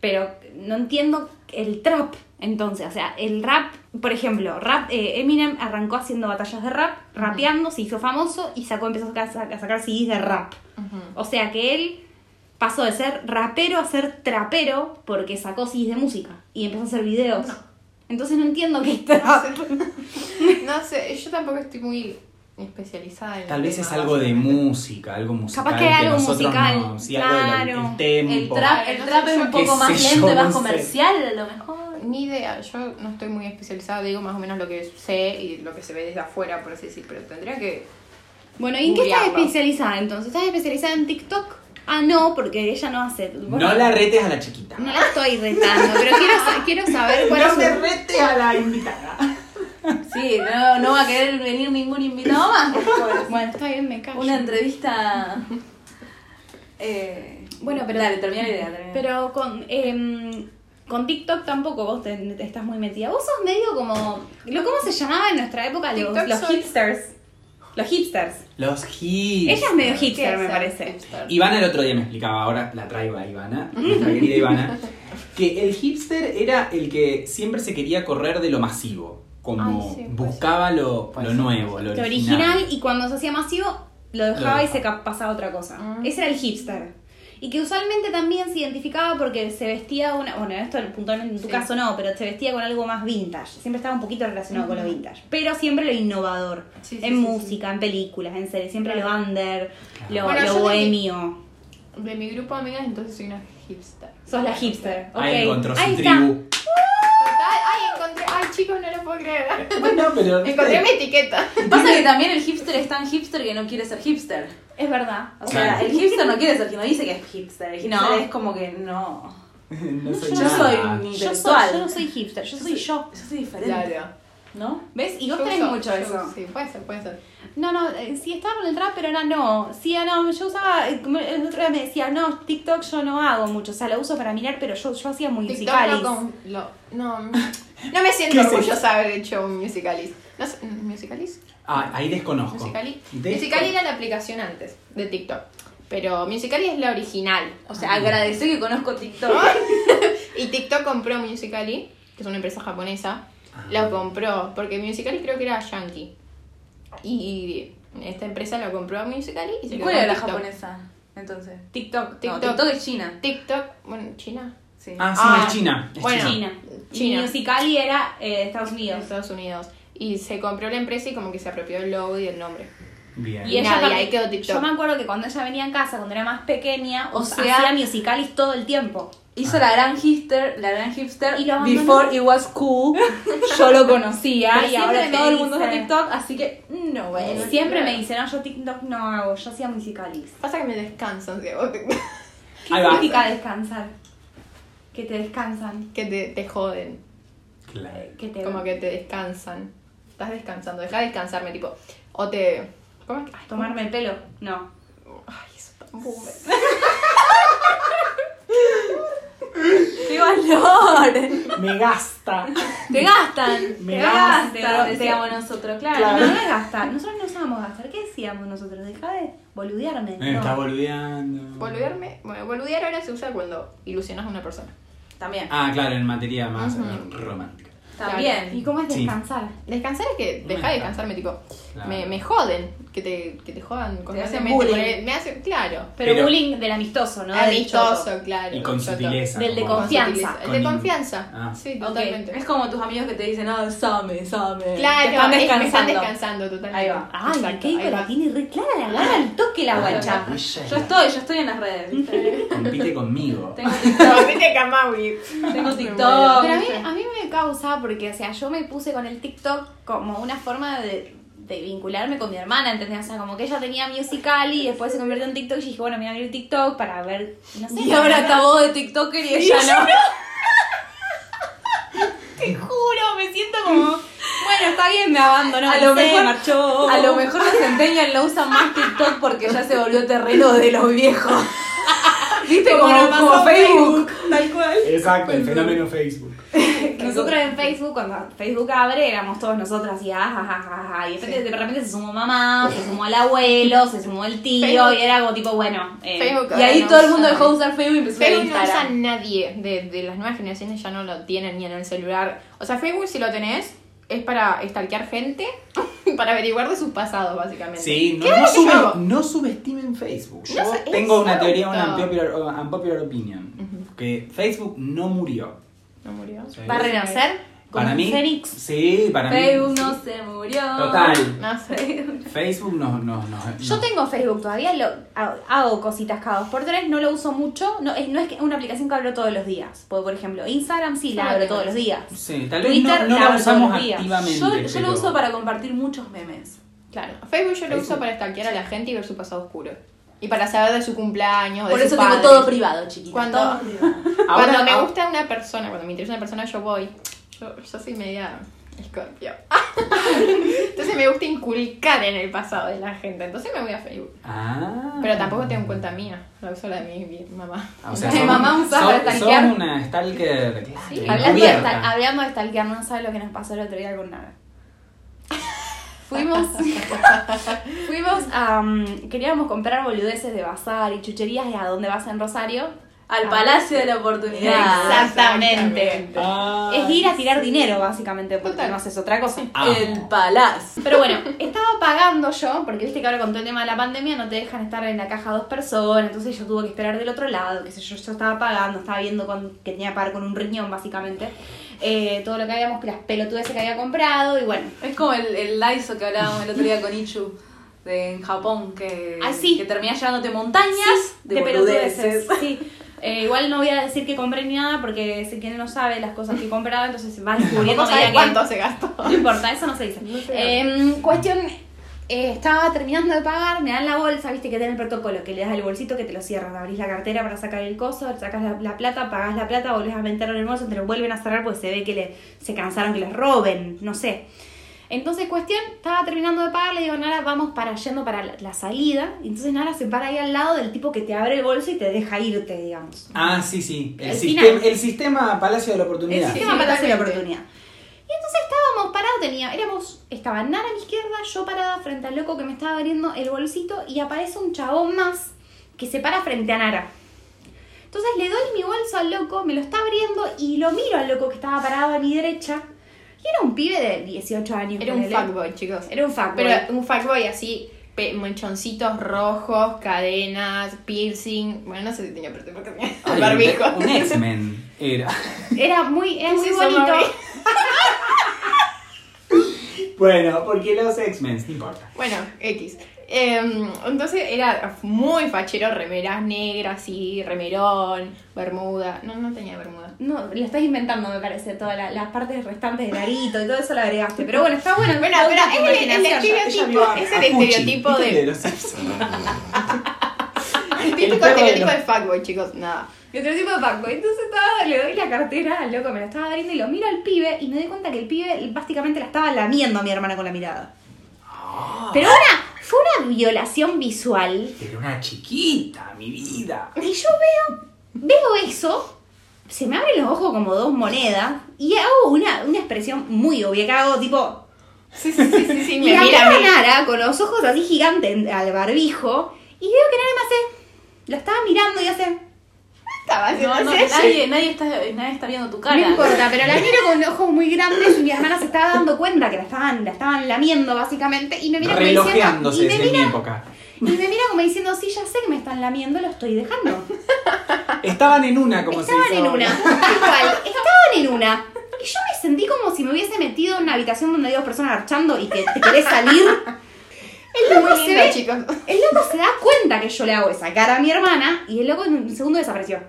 Pero no entiendo el trap. Entonces, o sea, el rap, por ejemplo, rap, eh, Eminem arrancó haciendo batallas de rap, rapeando, se hizo famoso y sacó, empezó a sacar, a sacar CDs de rap. O sea que él pasó de ser rapero a ser trapero porque sacó CDs de música y empezó a hacer videos. Entonces no entiendo qué es trap.
No sé, yo tampoco estoy muy especializada en
Tal vez es
temas,
algo de
básicamente.
música, algo musical.
Capaz que hay algo
nosotros
musical,
no- sí, algo del-
claro.
del tempo.
El trap, el
no
trap
sé,
es
yo
un
qué
poco más
sé
lento
yo,
y más
no sé.
comercial a lo mejor.
Ni idea, yo no estoy muy especializada, digo más o menos lo que sé y lo que se ve desde afuera, por así decir, pero tendría que...
Bueno, ¿y en qué estás
Googlearlo.
especializada entonces? ¿Estás especializada en TikTok? Ah, no, porque ella no hace. vos
No la retes a la chiquita.
no la estoy retando, pero quiero, sa- quiero saber cuál
No
es.
me
su-
retes a la invitada.
Sí, no, no va a querer venir ningún invitado más. después.
Bueno, está bien, me callo.
Una entrevista. eh,
Bueno, pero-
Dale, termina la idea. termina.
Pero con, em, con TikTok tampoco vos te, te estás muy metida. Vos sos medio como. lo- ¿Cómo se llamaba en nuestra época? Los,
TikTok
los
soy-
hipsters. Los hipsters.
Los hits.
Ella es medio
¿Qué
hipster, me
hacer?
parece.
Hipster.
Ivana el otro día me explicaba, ahora la traigo a Ivana, nuestra querida Ivana, que el hipster era el que siempre se quería correr de lo masivo, como
Ay, sí, puede
buscaba lo,
Puede
lo
ser.
nuevo, lo
pues Lo
original.
original y cuando se hacía masivo lo
Lo
dejaba y
dejaba.
se ca- pasaba a otra cosa.
Mm.
Ese era el hipster. Y Y que usualmente también se identificaba porque se vestía una. Bueno, esto puntualmente en tu
Sí.
caso no, pero se vestía con algo más vintage. Siempre estaba un poquito relacionado con lo vintage. Pero siempre lo innovador.
Sí, sí,
en
sí,
música, en películas, en series. Siempre lo under, lo,
Bueno,
lo
yo
bohemio.
De mi grupo de amigas, entonces soy una hipster.
Sos la hipster. ok.
Ahí encontró su
Ahí está.
tribu.
Total, ay, encontré. Ay, chicos, no lo puedo creer.
Bueno, pero.
Encontré mi etiqueta.
Pasa que también el hipster es tan hipster que no quiere ser hipster.
Es verdad.
O sea,
Claro.
el hipster no quiere ser, no dice que es hipster. El hipster
No.
es como que no.
No soy
Yo
nada.
soy un
Yo, soy,
intelectual.
yo no soy hipster, yo soy yo.
Yo soy diferente.
Claro.
¿No?
¿Ves? Y vos
Yo
tenés
uso-
mucho
yo
eso.
uso- Sí, puede ser, puede ser.
No, no, eh, sí estaba con el trap, pero ahora no. Sí, ah, no, yo usaba, eh, como el otro día me decía, no, TikTok yo no hago mucho, o sea, lo uso para mirar, pero yo, yo hacía
TikTok
musicales.
lo con- lo- no, no me
¿Qué
siento
es eso?
orgullosa de haber hecho un musicalis. No sé, ¿Musicalis?
Ah, ahí desconozco. este?
Musical.ly.
Desco-
Musical.ly era la aplicación antes de TikTok. Pero Musical.ly es la original.
O sea, agradecer que conozco TikTok.
Y TikTok compró Musical.ly, que es una empresa japonesa.
Ah.
Lo compró, porque Musical.ly creo que era yankee. Y esta empresa lo compró a Musical.ly y se
¿Y
quedó
cuál
con
era la
TikTok.
japonesa? Entonces.
TikTok.
No,
TikTok.
TikTok es China.
TikTok, bueno, China.
Sí.
Ah, sí,
Ah,
es China. Es
bueno.
China.
China.
China.
Y Musical.ly era eh, de Estados
de
Unidos.
Estados Unidos. Y se compró la empresa y como que se apropió el logo y el nombre.
Bien.
Y nada, y
aparte-
ahí quedó TikTok.
Yo me acuerdo que cuando ella venía a casa, cuando era más pequeña,
O
o
sea-
sea, hacía musicalis todo el tiempo.
Hizo la gran hipster, la gran hipster.
Y lo abandonó.
Before it was cool, yo lo conocía
Pero
y
siempre
ahora
me
todo el mundo
dice-
está TikTok, así que no, bueno.
Eh, Siempre me dice, no, yo TikTok no hago, yo hacía musicalis.
Pasa que me descansan, que,
¿Qué
Ahí va.
significa descansar? Que te descansan.
que te, te joden.
Claro.
Que te
Como que te descansan. Estás descansando, deja de descansarme, tipo. O te. ¿Cómo es que? Ay,
tomarme el pelo. No.
Ay, eso tan boomer.
¡Qué valor!
Me gasta.
Te gastan.
Me
te
Gasta,
gastan.
decíamos nosotros, claro.
Claro,
¿no?
no, no es gastar. Nosotros no usábamos gastar. ¿Qué decíamos nosotros? Deja de boludearme.
Me Eh, está
No.
boludeando.
Boludearme. Bueno, boludear ahora se usa cuando ilusionas a una persona.
También.
Ah, claro, en materia más
Ujú.
eh, romántica.
También.
¿Y cómo es
Sí.
descansar?
Descansar es que deja de descansarme, tipo.
Claro.
Me, me joden, que te, que te jodan constantemente.
bullying.
porque Me hacen, claro.
Pero,
Pero-
bullying del amistoso, ¿no? Del choto.
Amistoso, claro.
Y con
choto.
sutileza.
Del de
como-
confianza.
El de
Con-
confianza.
Ah.
Sí,
Ok,
totalmente.
Es como tus amigos que te dicen, ah, same, same.
Claro,
Te están
es- me
descansando.
están descansando totalmente.
Ahí va.
Ay,
Exacto,
qué hijo
ahí va.
la tiene re clara. La agarra al toque la guacha.
Ella
Yo estoy, yo estoy en las redes. ¿viste?
Compite conmigo.
Tengo Tengo TikTok.
Pero a mí, a mí me causa porque, o sea, yo me puse con el TikTok como una forma de, de vincularme con mi hermana, ¿entendés? O sea, como que ella tenía musical y después se convirtió en TikTok y dije, bueno, me voy a abrir TikTok para ver, no sé.
Y ahora está vos de TikToker y ella no.
Te juro, me siento como, bueno, está bien, me abandonó.
A lo
me sé,
mejor-
marchó.
A lo mejor los centennials no usan más TikTok porque ya se volvió terreno de los viejos. ¿Viste
Como
como,
nos pasó
como Facebook?
Tal cual.
Exacto, el fenómeno Facebook.
Nosotros en Facebook, cuando Facebook abre, éramos todos nosotros así, ah, ajajajaja. Y de repente, de repente se sumó mamá, se sumó el abuelo, se sumó el tío,
Facebook-
y era como tipo, bueno. eh,
Facebook
Y ahí
ahora
todo
no
el mundo
usa-
dejó de usar Facebook y empezó a usar
Facebook no usa
Instagram.
nadie de, de las nuevas generaciones, ya no lo tienen ni en el celular. O sea, Facebook si lo tenés es para stalkear gente, para averiguar de sus pasados, básicamente.
Sí,
¿Qué
no, no,
es lo que yo hago?
sube- no subestimen Facebook. Yo
No sé,
tengo una teoría, una
exacto.
unpopular, unpopular opinion. Que Facebook no murió.
No murió.
Sí.
¿Va a renacer? Como
Para
un
mí.
Fénix.
Sí, para
Facebook
mí.
no se murió.
Total.
No sé.
Facebook no. no, no
Yo
no.
tengo Facebook todavía, lo, hago, hago cositas cada dos por tres, no lo uso mucho, no es, no es que- una aplicación que abro todos los días. Porque, por ejemplo, Instagram sí
Ah,
la abro
tengo.
todos los días.
Sí, tal vez
Twitter
no, no
la
la
abro todos
usamos
los días.
activamente.
Yo, yo lo
pero-
uso para compartir muchos memes.
Claro. Facebook yo lo
Facebook.
uso para stalkear a la gente y ver su pasado oscuro. Y para saber de su cumpleaños, de
Por
sus
eso tengo
padres.
todo privado, chiquita.
Cuando-
todo privado.
Ahora-
cuando me
ah,
gusta una persona, cuando me interesa una persona, yo voy. Yo, yo soy media escorpio. Entonces me gusta inculcar en el pasado de la gente. Entonces me voy a Facebook.
Ah.
Pero tampoco tengo en cuenta mía, la uso la de mi, mi mamá.
Ah, o sea,
Mi
son-
mamá usaba
son-
para stalkear.
Son una stalker. claro,
Hablando de,
encubierta.
stal- hablamos de stalkear, no sabe lo que nos pasó el otro día con nada. Fuimos, fuimos a, mm, queríamos comprar boludeces de bazar y chucherías y a dónde vas en Rosario.
Al Palacio de la Oportunidad.
Exactamente.
Ah.
Es ir a tirar dinero, básicamente, porque
Total.
no haces otra cosa.
Amo.
El Palacio.
Pero bueno, estaba pagando yo, porque viste que ahora con todo el tema de la pandemia no te dejan estar en la caja dos personas, entonces yo tuve que esperar del otro lado, qué sé yo, yo estaba pagando, estaba viendo cuán- que tenía que pagar con un riñón básicamente, eh, todo lo que habíamos, las pelotudeces que había comprado y bueno.
Es como el, el Laizo que hablábamos el otro día con Ichu de, en Japón, que,
Ah, sí.
que terminás llevándote montañas
de,
de,
pelotudeces.
boludeces.
Sí. Eh, igual no voy a decir que compré ni nada porque sé que él no sabe las cosas que compraba, entonces va descubriendo.
No
a medida
sabes
que-
cuánto se gastó.
No importa, eso no se dice.
No se
Em, cuestión, eh, estaba terminando de pagar, me dan la bolsa, viste que tiene el protocolo, que le das el bolsito que te lo cierran, abrís la cartera para sacar el coso, sacas la, la plata, pagás la plata, volvés a meterlo en el bolso, te lo vuelven a cerrar porque se ve que le, se cansaron que les roben, no sé. Entonces, cuestión, estaba terminando de pagar, le digo, Nara, vamos para yendo para la, la salida. Y entonces Nara se para ahí al lado del tipo que te abre el bolso y te deja irte, digamos.
Ah, sí, sí. El,
Al
sistema,
final.
el sistema Palacio de la
El
Oportunidad.
sistema para hacer la
totalmente.
oportunidad. Y entonces estábamos parados, tenía, éramos, estaba Nara a mi izquierda, yo parada frente al loco que me estaba abriendo el bolsito y aparece un chabón más que se para frente a Nara. Entonces le doy mi bolso al loco, me lo está abriendo y lo miro al loco que estaba parado a mi derecha. Y era un pibe de 18 años.
Era un
ponele.
fuckboy, chicos.
Era un fuckboy.
Pero un fuckboy así, pe- mechoncitos rojos, cadenas, piercing. Bueno, no sé si tenía piercing porque tenía
Ay,
barbijo.
Un X-Men era.
Era muy, era
¿Qué
muy
es eso,
bonito.
Mauri?
Bueno, porque los X-Men, no importa.
Bueno, X. Em, entonces era muy fachero, remeras negras y remerón, bermuda. No, no tenía bermuda.
No, lo estás inventando, me parece, todas la- las partes restantes de Narito y todo eso lo agregaste. Pero bueno, está bueno.
Bueno, pero es el- el, estereotipo, es el estereotipo
de
de.
los X-Men.
Típico
el perro de
estereotipo
los-
de fuckboy, chicos, nada.
Y otro tipo de Paco. Entonces estaba, le doy la cartera al loco, me la estaba abriendo y lo miro al pibe y me doy cuenta que el pibe básicamente la estaba lamiendo a mi hermana con la mirada.
Ah.
Pero una, fue una violación visual.
Ah, Era una chiquita, mi vida.
Y yo veo, veo eso, se me abren los ojos como dos monedas y hago una, una expresión muy obvia que hago tipo,
Sí, sí, sí, sí, sí,
Y
me
la
mira a
miro
mí.
a Nara con los ojos así gigantes al barbijo y veo que Nara me hace, la estaba mirando y hace,
Estaba
No,
haciendo
no,
sello.
nadie, nadie, está, nadie está viendo tu cara.
No importa, pero la miro con ojos muy grandes y mi hermana se estaba dando cuenta que la estaban, la estaban lamiendo básicamente y me mira como diciendo,
Relojeándose
y me
desde mi
mira,
época.
y me mira como diciendo, sí, ya sé que me están lamiendo, lo estoy dejando.
Estaban en una, como
estaban
se dice
en
ahora.
una, igual, estaban en una. Y yo me sentí como si me hubiese metido en una habitación donde hay dos personas archando y que te querés salir. El
Muy
loco, se
lindo,
ve-
chicos.
el loco se da cuenta que yo le hago esa cara a mi hermana y el loco en un segundo desapareció.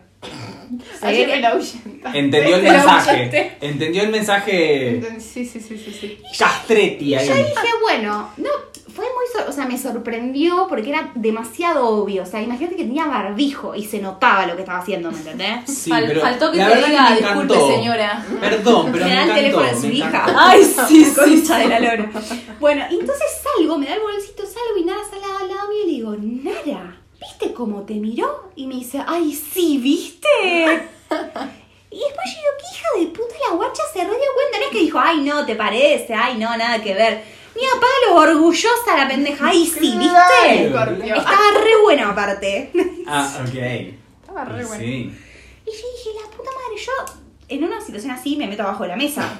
Se ve
Ayer
que-
me la ahuyenta.
Entendió el
Te la
mensaje.
ahuyenté.
Entendió el mensaje
Entonces, Sí, sí, sí, sí, sí.
castretti
Yo
ahí.
dije, bueno, no, fue muy, sor- o sea, me sorprendió porque era demasiado obvio. O sea, imagínate que tenía barbijo y se notaba lo que estaba haciendo, ¿me entendés?
Sí,
Fal-
pero
faltó que
la
te
verdad
diga,
me
"Disculpe,
encantó".
señora.
Perdón, pero
Me
me,
da el
encantó,
teléfono de su
me
hija.
encantó.
Ay, sí, sí.
Concha de la lora. Bueno, entonces salgo, me da el bolsito, salgo y Nara sale al lado mío y le digo, Nara, ¿viste cómo te miró? Y me dice, ay, sí, ¿viste? Y después yo digo, qué hija de puta la guacha se re dio cuenta. No es que dijo, ay, no, te parece, ay, no, nada que ver. Mira, Pablo, orgullosa la pendeja, ay, sí, ¿viste?
Claro.
Corrió.
Estaba re buena aparte.
Ah, ok. Estaba
Estaba re bueno.
Sí.
Y yo dije, la puta madre, yo en una situación así me meto abajo de la mesa.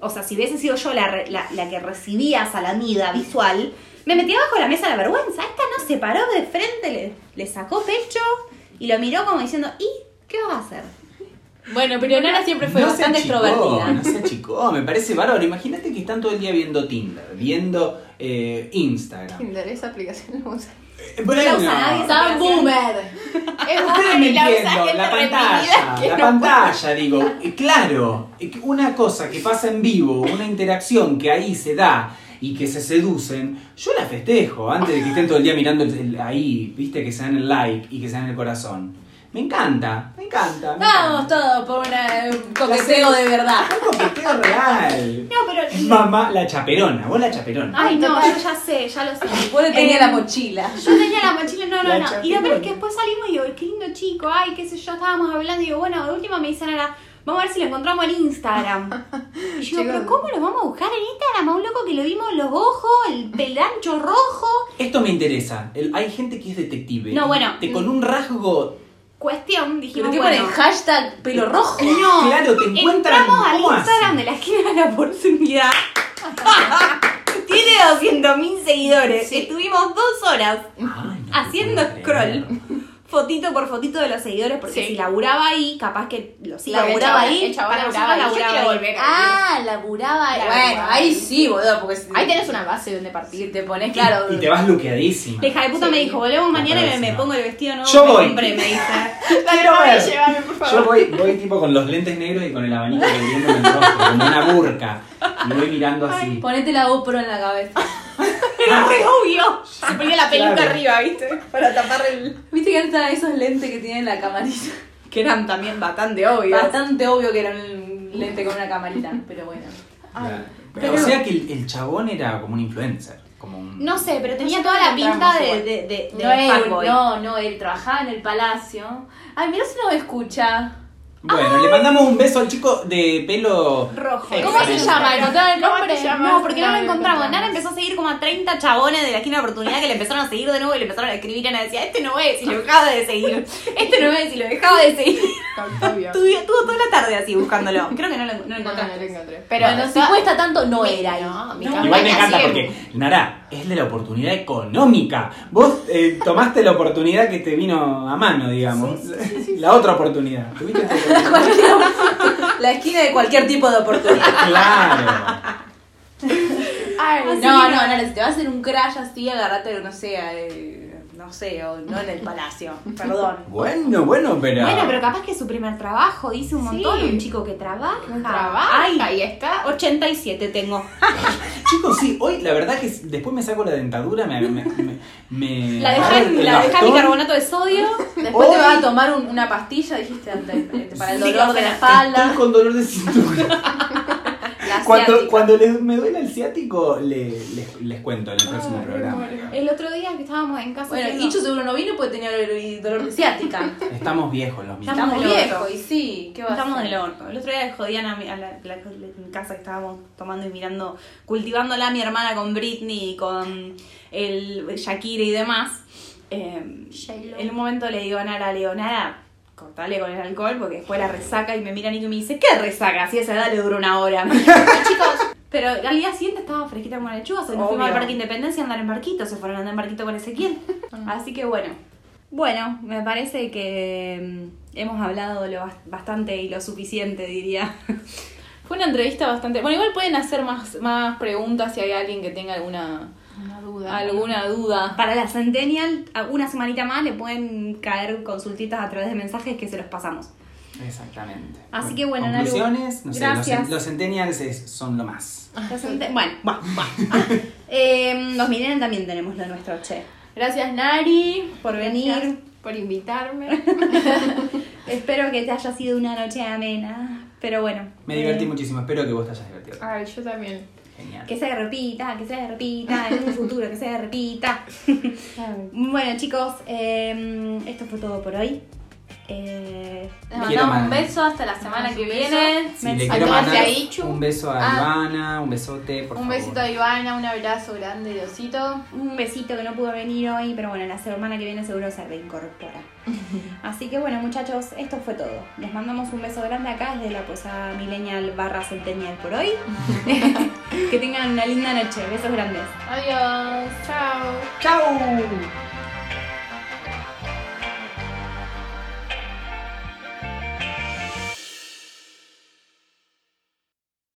O sea, si hubiese sido yo la, re- la, la que recibía salamida visual, me metí abajo de la mesa la vergüenza. Esta no se paró de frente, le, le sacó pecho y lo miró como diciendo, ¿y qué vas a hacer?
Bueno, pero Nara siempre fue
No se
bastante
achicó,
extrovertida.
No se achicó, me parece bárbaro. Imagínate que están todo el día viendo Tinder, viendo eh, Instagram.
Tinder, esa aplicación no usa.
Eh, Bueno,
usa nadie,
ustedes
Tan boomer.
Es
me
boomer y la usa
entiendo,
gente
la
reprimida
pantalla,
que
la
no-
pantalla, digo. Eh, Claro, eh, que una cosa que pasa en vivo, una interacción que ahí se da y que se seducen, yo la festejo antes de que estén todo el día mirando el- el- ahí, viste, que se dan el like y que se dan el corazón. Me encanta, me encanta. me
Vamos
encanta.
todos por una- un coqueteo de verdad.
Un coqueteo real.
No, pero...
Mamá, la chaperona, vos la chaperona.
Ay, no, yo ya sé, ya lo sé.
Bueno, tenía
Eh,
la mochila.
Yo tenía la mochila, no, no,
La
no. Y
chapita.
lo peor es que después salimos y digo, qué lindo chico, ay, qué sé yo, estábamos hablando y digo, bueno, de última me dicen ahora, vamos a ver si lo encontramos en Instagram. Y yo digo, pero ¿cómo lo vamos a buscar en Instagram? A un loco que lo vimos los ojos, el pelancho rojo.
Esto me interesa. El- hay gente que es detective.
No, bueno.
Te- con un rasgo
Cuestión,
¿Pero
dijimos,
qué
bueno,
ponen? Hashtag pelo rojo.
no,
Claro, te encuentran.
entramos al
¿cómo
Instagram
hacen?
de la esquina de la oportunidad. Tiene 200.000 seguidores.
Sí.
Estuvimos dos horas
Ay, no te
haciendo
puedo creer.
scroll. Fotito por fotito de los seguidores, porque
Sí.
si laburaba ahí, capaz que los
Claro, el
laburaba
chabón-
ahí.
el chabón
para
laburaba
nosotros
ahí. Yo quiero
laburaba ahí.
volver.
Ah, laburaba.
Claro,
bueno,
igual.
ahí sí, boludo, porque si-
Ahí tenés una base donde
si
partir.
te pones claro.
Y te vas luqueadísima.
La hija de puta me
Sí.
dijo, volvemos
Me
mañana y me,
parece,
me
¿no?
pongo el vestido nuevo
Yo
que
voy.
compré, me dice.
Quiero
Dale,
ver.
llévame, por favor.
Yo voy, voy tipo con los lentes negros y con el abanico de viento en el rostro, como una burca. Y voy mirando así.
Ponete la GoPro en la cabeza.
Era re obvio. Se ponía la peluca
Claro.
arriba, ¿viste? Para tapar el...
Viste que están esos lentes que tienen la camarita.
Que eran también bastante obvios.
Bastante obvio que era un lente con una camarita, pero bueno.
Claro.
pero-
o sea que el, el chabón era como un influencer. Como un...
No sé, pero tenía
Nosotros
toda la
entramos
pinta de,
igual.
de, de, de
No, él,
fanboy.
no, no, él trabajaba en el palacio. Ay, mira si nos escucha.
Bueno, le mandamos un beso al chico de pelo
Rojo.
¿Cómo se
Excelente.
llama? ¿Encontraron el
¿Cómo
nombre?
te llamas? No, porque no, lo encontramos. Nana
nada
empezó a seguir como a 30 chabones de la esquina de oportunidad que le empezaron a seguir de nuevo y le empezaron a escribir. Y Ana decía, este no es, y lo dejaba de seguir. Este no es, y lo dejaba de seguir. Tuvo, tuvo toda la tarde así buscándolo. Creo que no lo, no lo encontraste.
Pero
Bueno,
no
Si cuesta tanto, no era. ahí.
No, mi
No,
campaña
Igual me encanta
sigue.
porque, Nara, es de la oportunidad económica. Vos eh, tomaste la oportunidad que te vino a mano, digamos. La otra oportunidad. ¿Tuviste esta oportunidad?
La esquina de cualquier tipo de oportunidad.
Claro.
Ah,
Ay,
No,
sí.
no, no, si te vas a hacer un crash así, agarrate, no sé, eh, no sé, o no en el palacio. Perdón.
Bueno, bueno, pero.
Bueno, pero capaz que es su primer trabajo, dice un montón.
Sí.
Un chico que trabaja.
Trabaja
Ay,
y está.
87 tengo.
Chicos, sí, hoy la verdad que s- después me saco la dentadura, me. me, me- me-
La dejá en-
el
la dejá en
bastón.
bicarbonato de sodio.
Después
Hoy-
te vas a tomar un- una pastilla, dijiste antes, para el
Sí,
dolor de
que
la
Estoy
espalda.
con dolor de cintura.
la
Cuando,
asiática.
cuando les- me duele el ciático, le- les, les cuento en el próximo programa.
El otro día que estábamos en casa.
Bueno,
haciendo-
Ichu seguro no vino porque tenía dolor de ciática.
Estamos viejos los mismos.
Estamos
del orto.
viejos, y sí, ¿qué va a
Estamos
hacer?
del horno. El otro día le jodían a, mi, a la, la- la casa que estábamos tomando y mirando, cultivándola a mi hermana con Britney y con el Shakira y demás. Eh,
J-Lo.
en un momento le digo a Nara, le digo, Nara, cortale con el alcohol porque después la resaca y me mira Nico y me dice, ¿qué resaca? Si a esa edad le dura una hora. Chicos, pero al día siguiente estaba fresquita como lechuga, se nos fuimos
Obvio.
al Parque Independencia a andar en barquito, se fueron a andar en barquito con Ezequiel. Así que bueno. Bueno, me parece que mm, hemos hablado lo bas- bastante y lo suficiente, diría.
Fue una entrevista bastante. Bueno, igual pueden hacer más, más preguntas si hay alguien que tenga alguna,
Una duda.
alguna duda.
Para la Centennial, a- una semanita más le pueden caer consultitas a través de mensajes que se los pasamos.
Exactamente.
Así que bueno, Naru,
Conclusiones, no sé, los-
gracias.
los, centennials es- son lo más.
Ah,
La Centen- bueno, bueno, Eh, los millennials también tenemos lo nuestro, che.
Gracias, Nari,
Por venir.
por invitarme.
Espero que te haya sido una noche amena. Pero bueno.
Me
eh,
divertí muchísimo, espero que vos te hayas divertido.
Ay, yo también.
Genial.
Ah, Que se repita, que se repita, en un futuro que se repita.
Ay.
Bueno, chicos, eh, esto fue todo por hoy. Eh,
Les
Quiero
mandamos
mandar-
un beso hasta la semana que
Un
viene.
Sí, le
a
quiero
todos y
mandar
a Ichu.
un beso a
Ah.
Ivana, un besote, por
Un
favor.
besito a Ivana, un abrazo grande de osito.
un besito que no pudo venir hoy, pero bueno, la semana que viene seguro se reincorpora. Así que bueno, muchachos, esto fue todo. Les mandamos un beso grande acá desde la posada millennial barra centennial por hoy. que tengan una linda noche. Besos grandes.
Adiós. Chao.
¡Chao!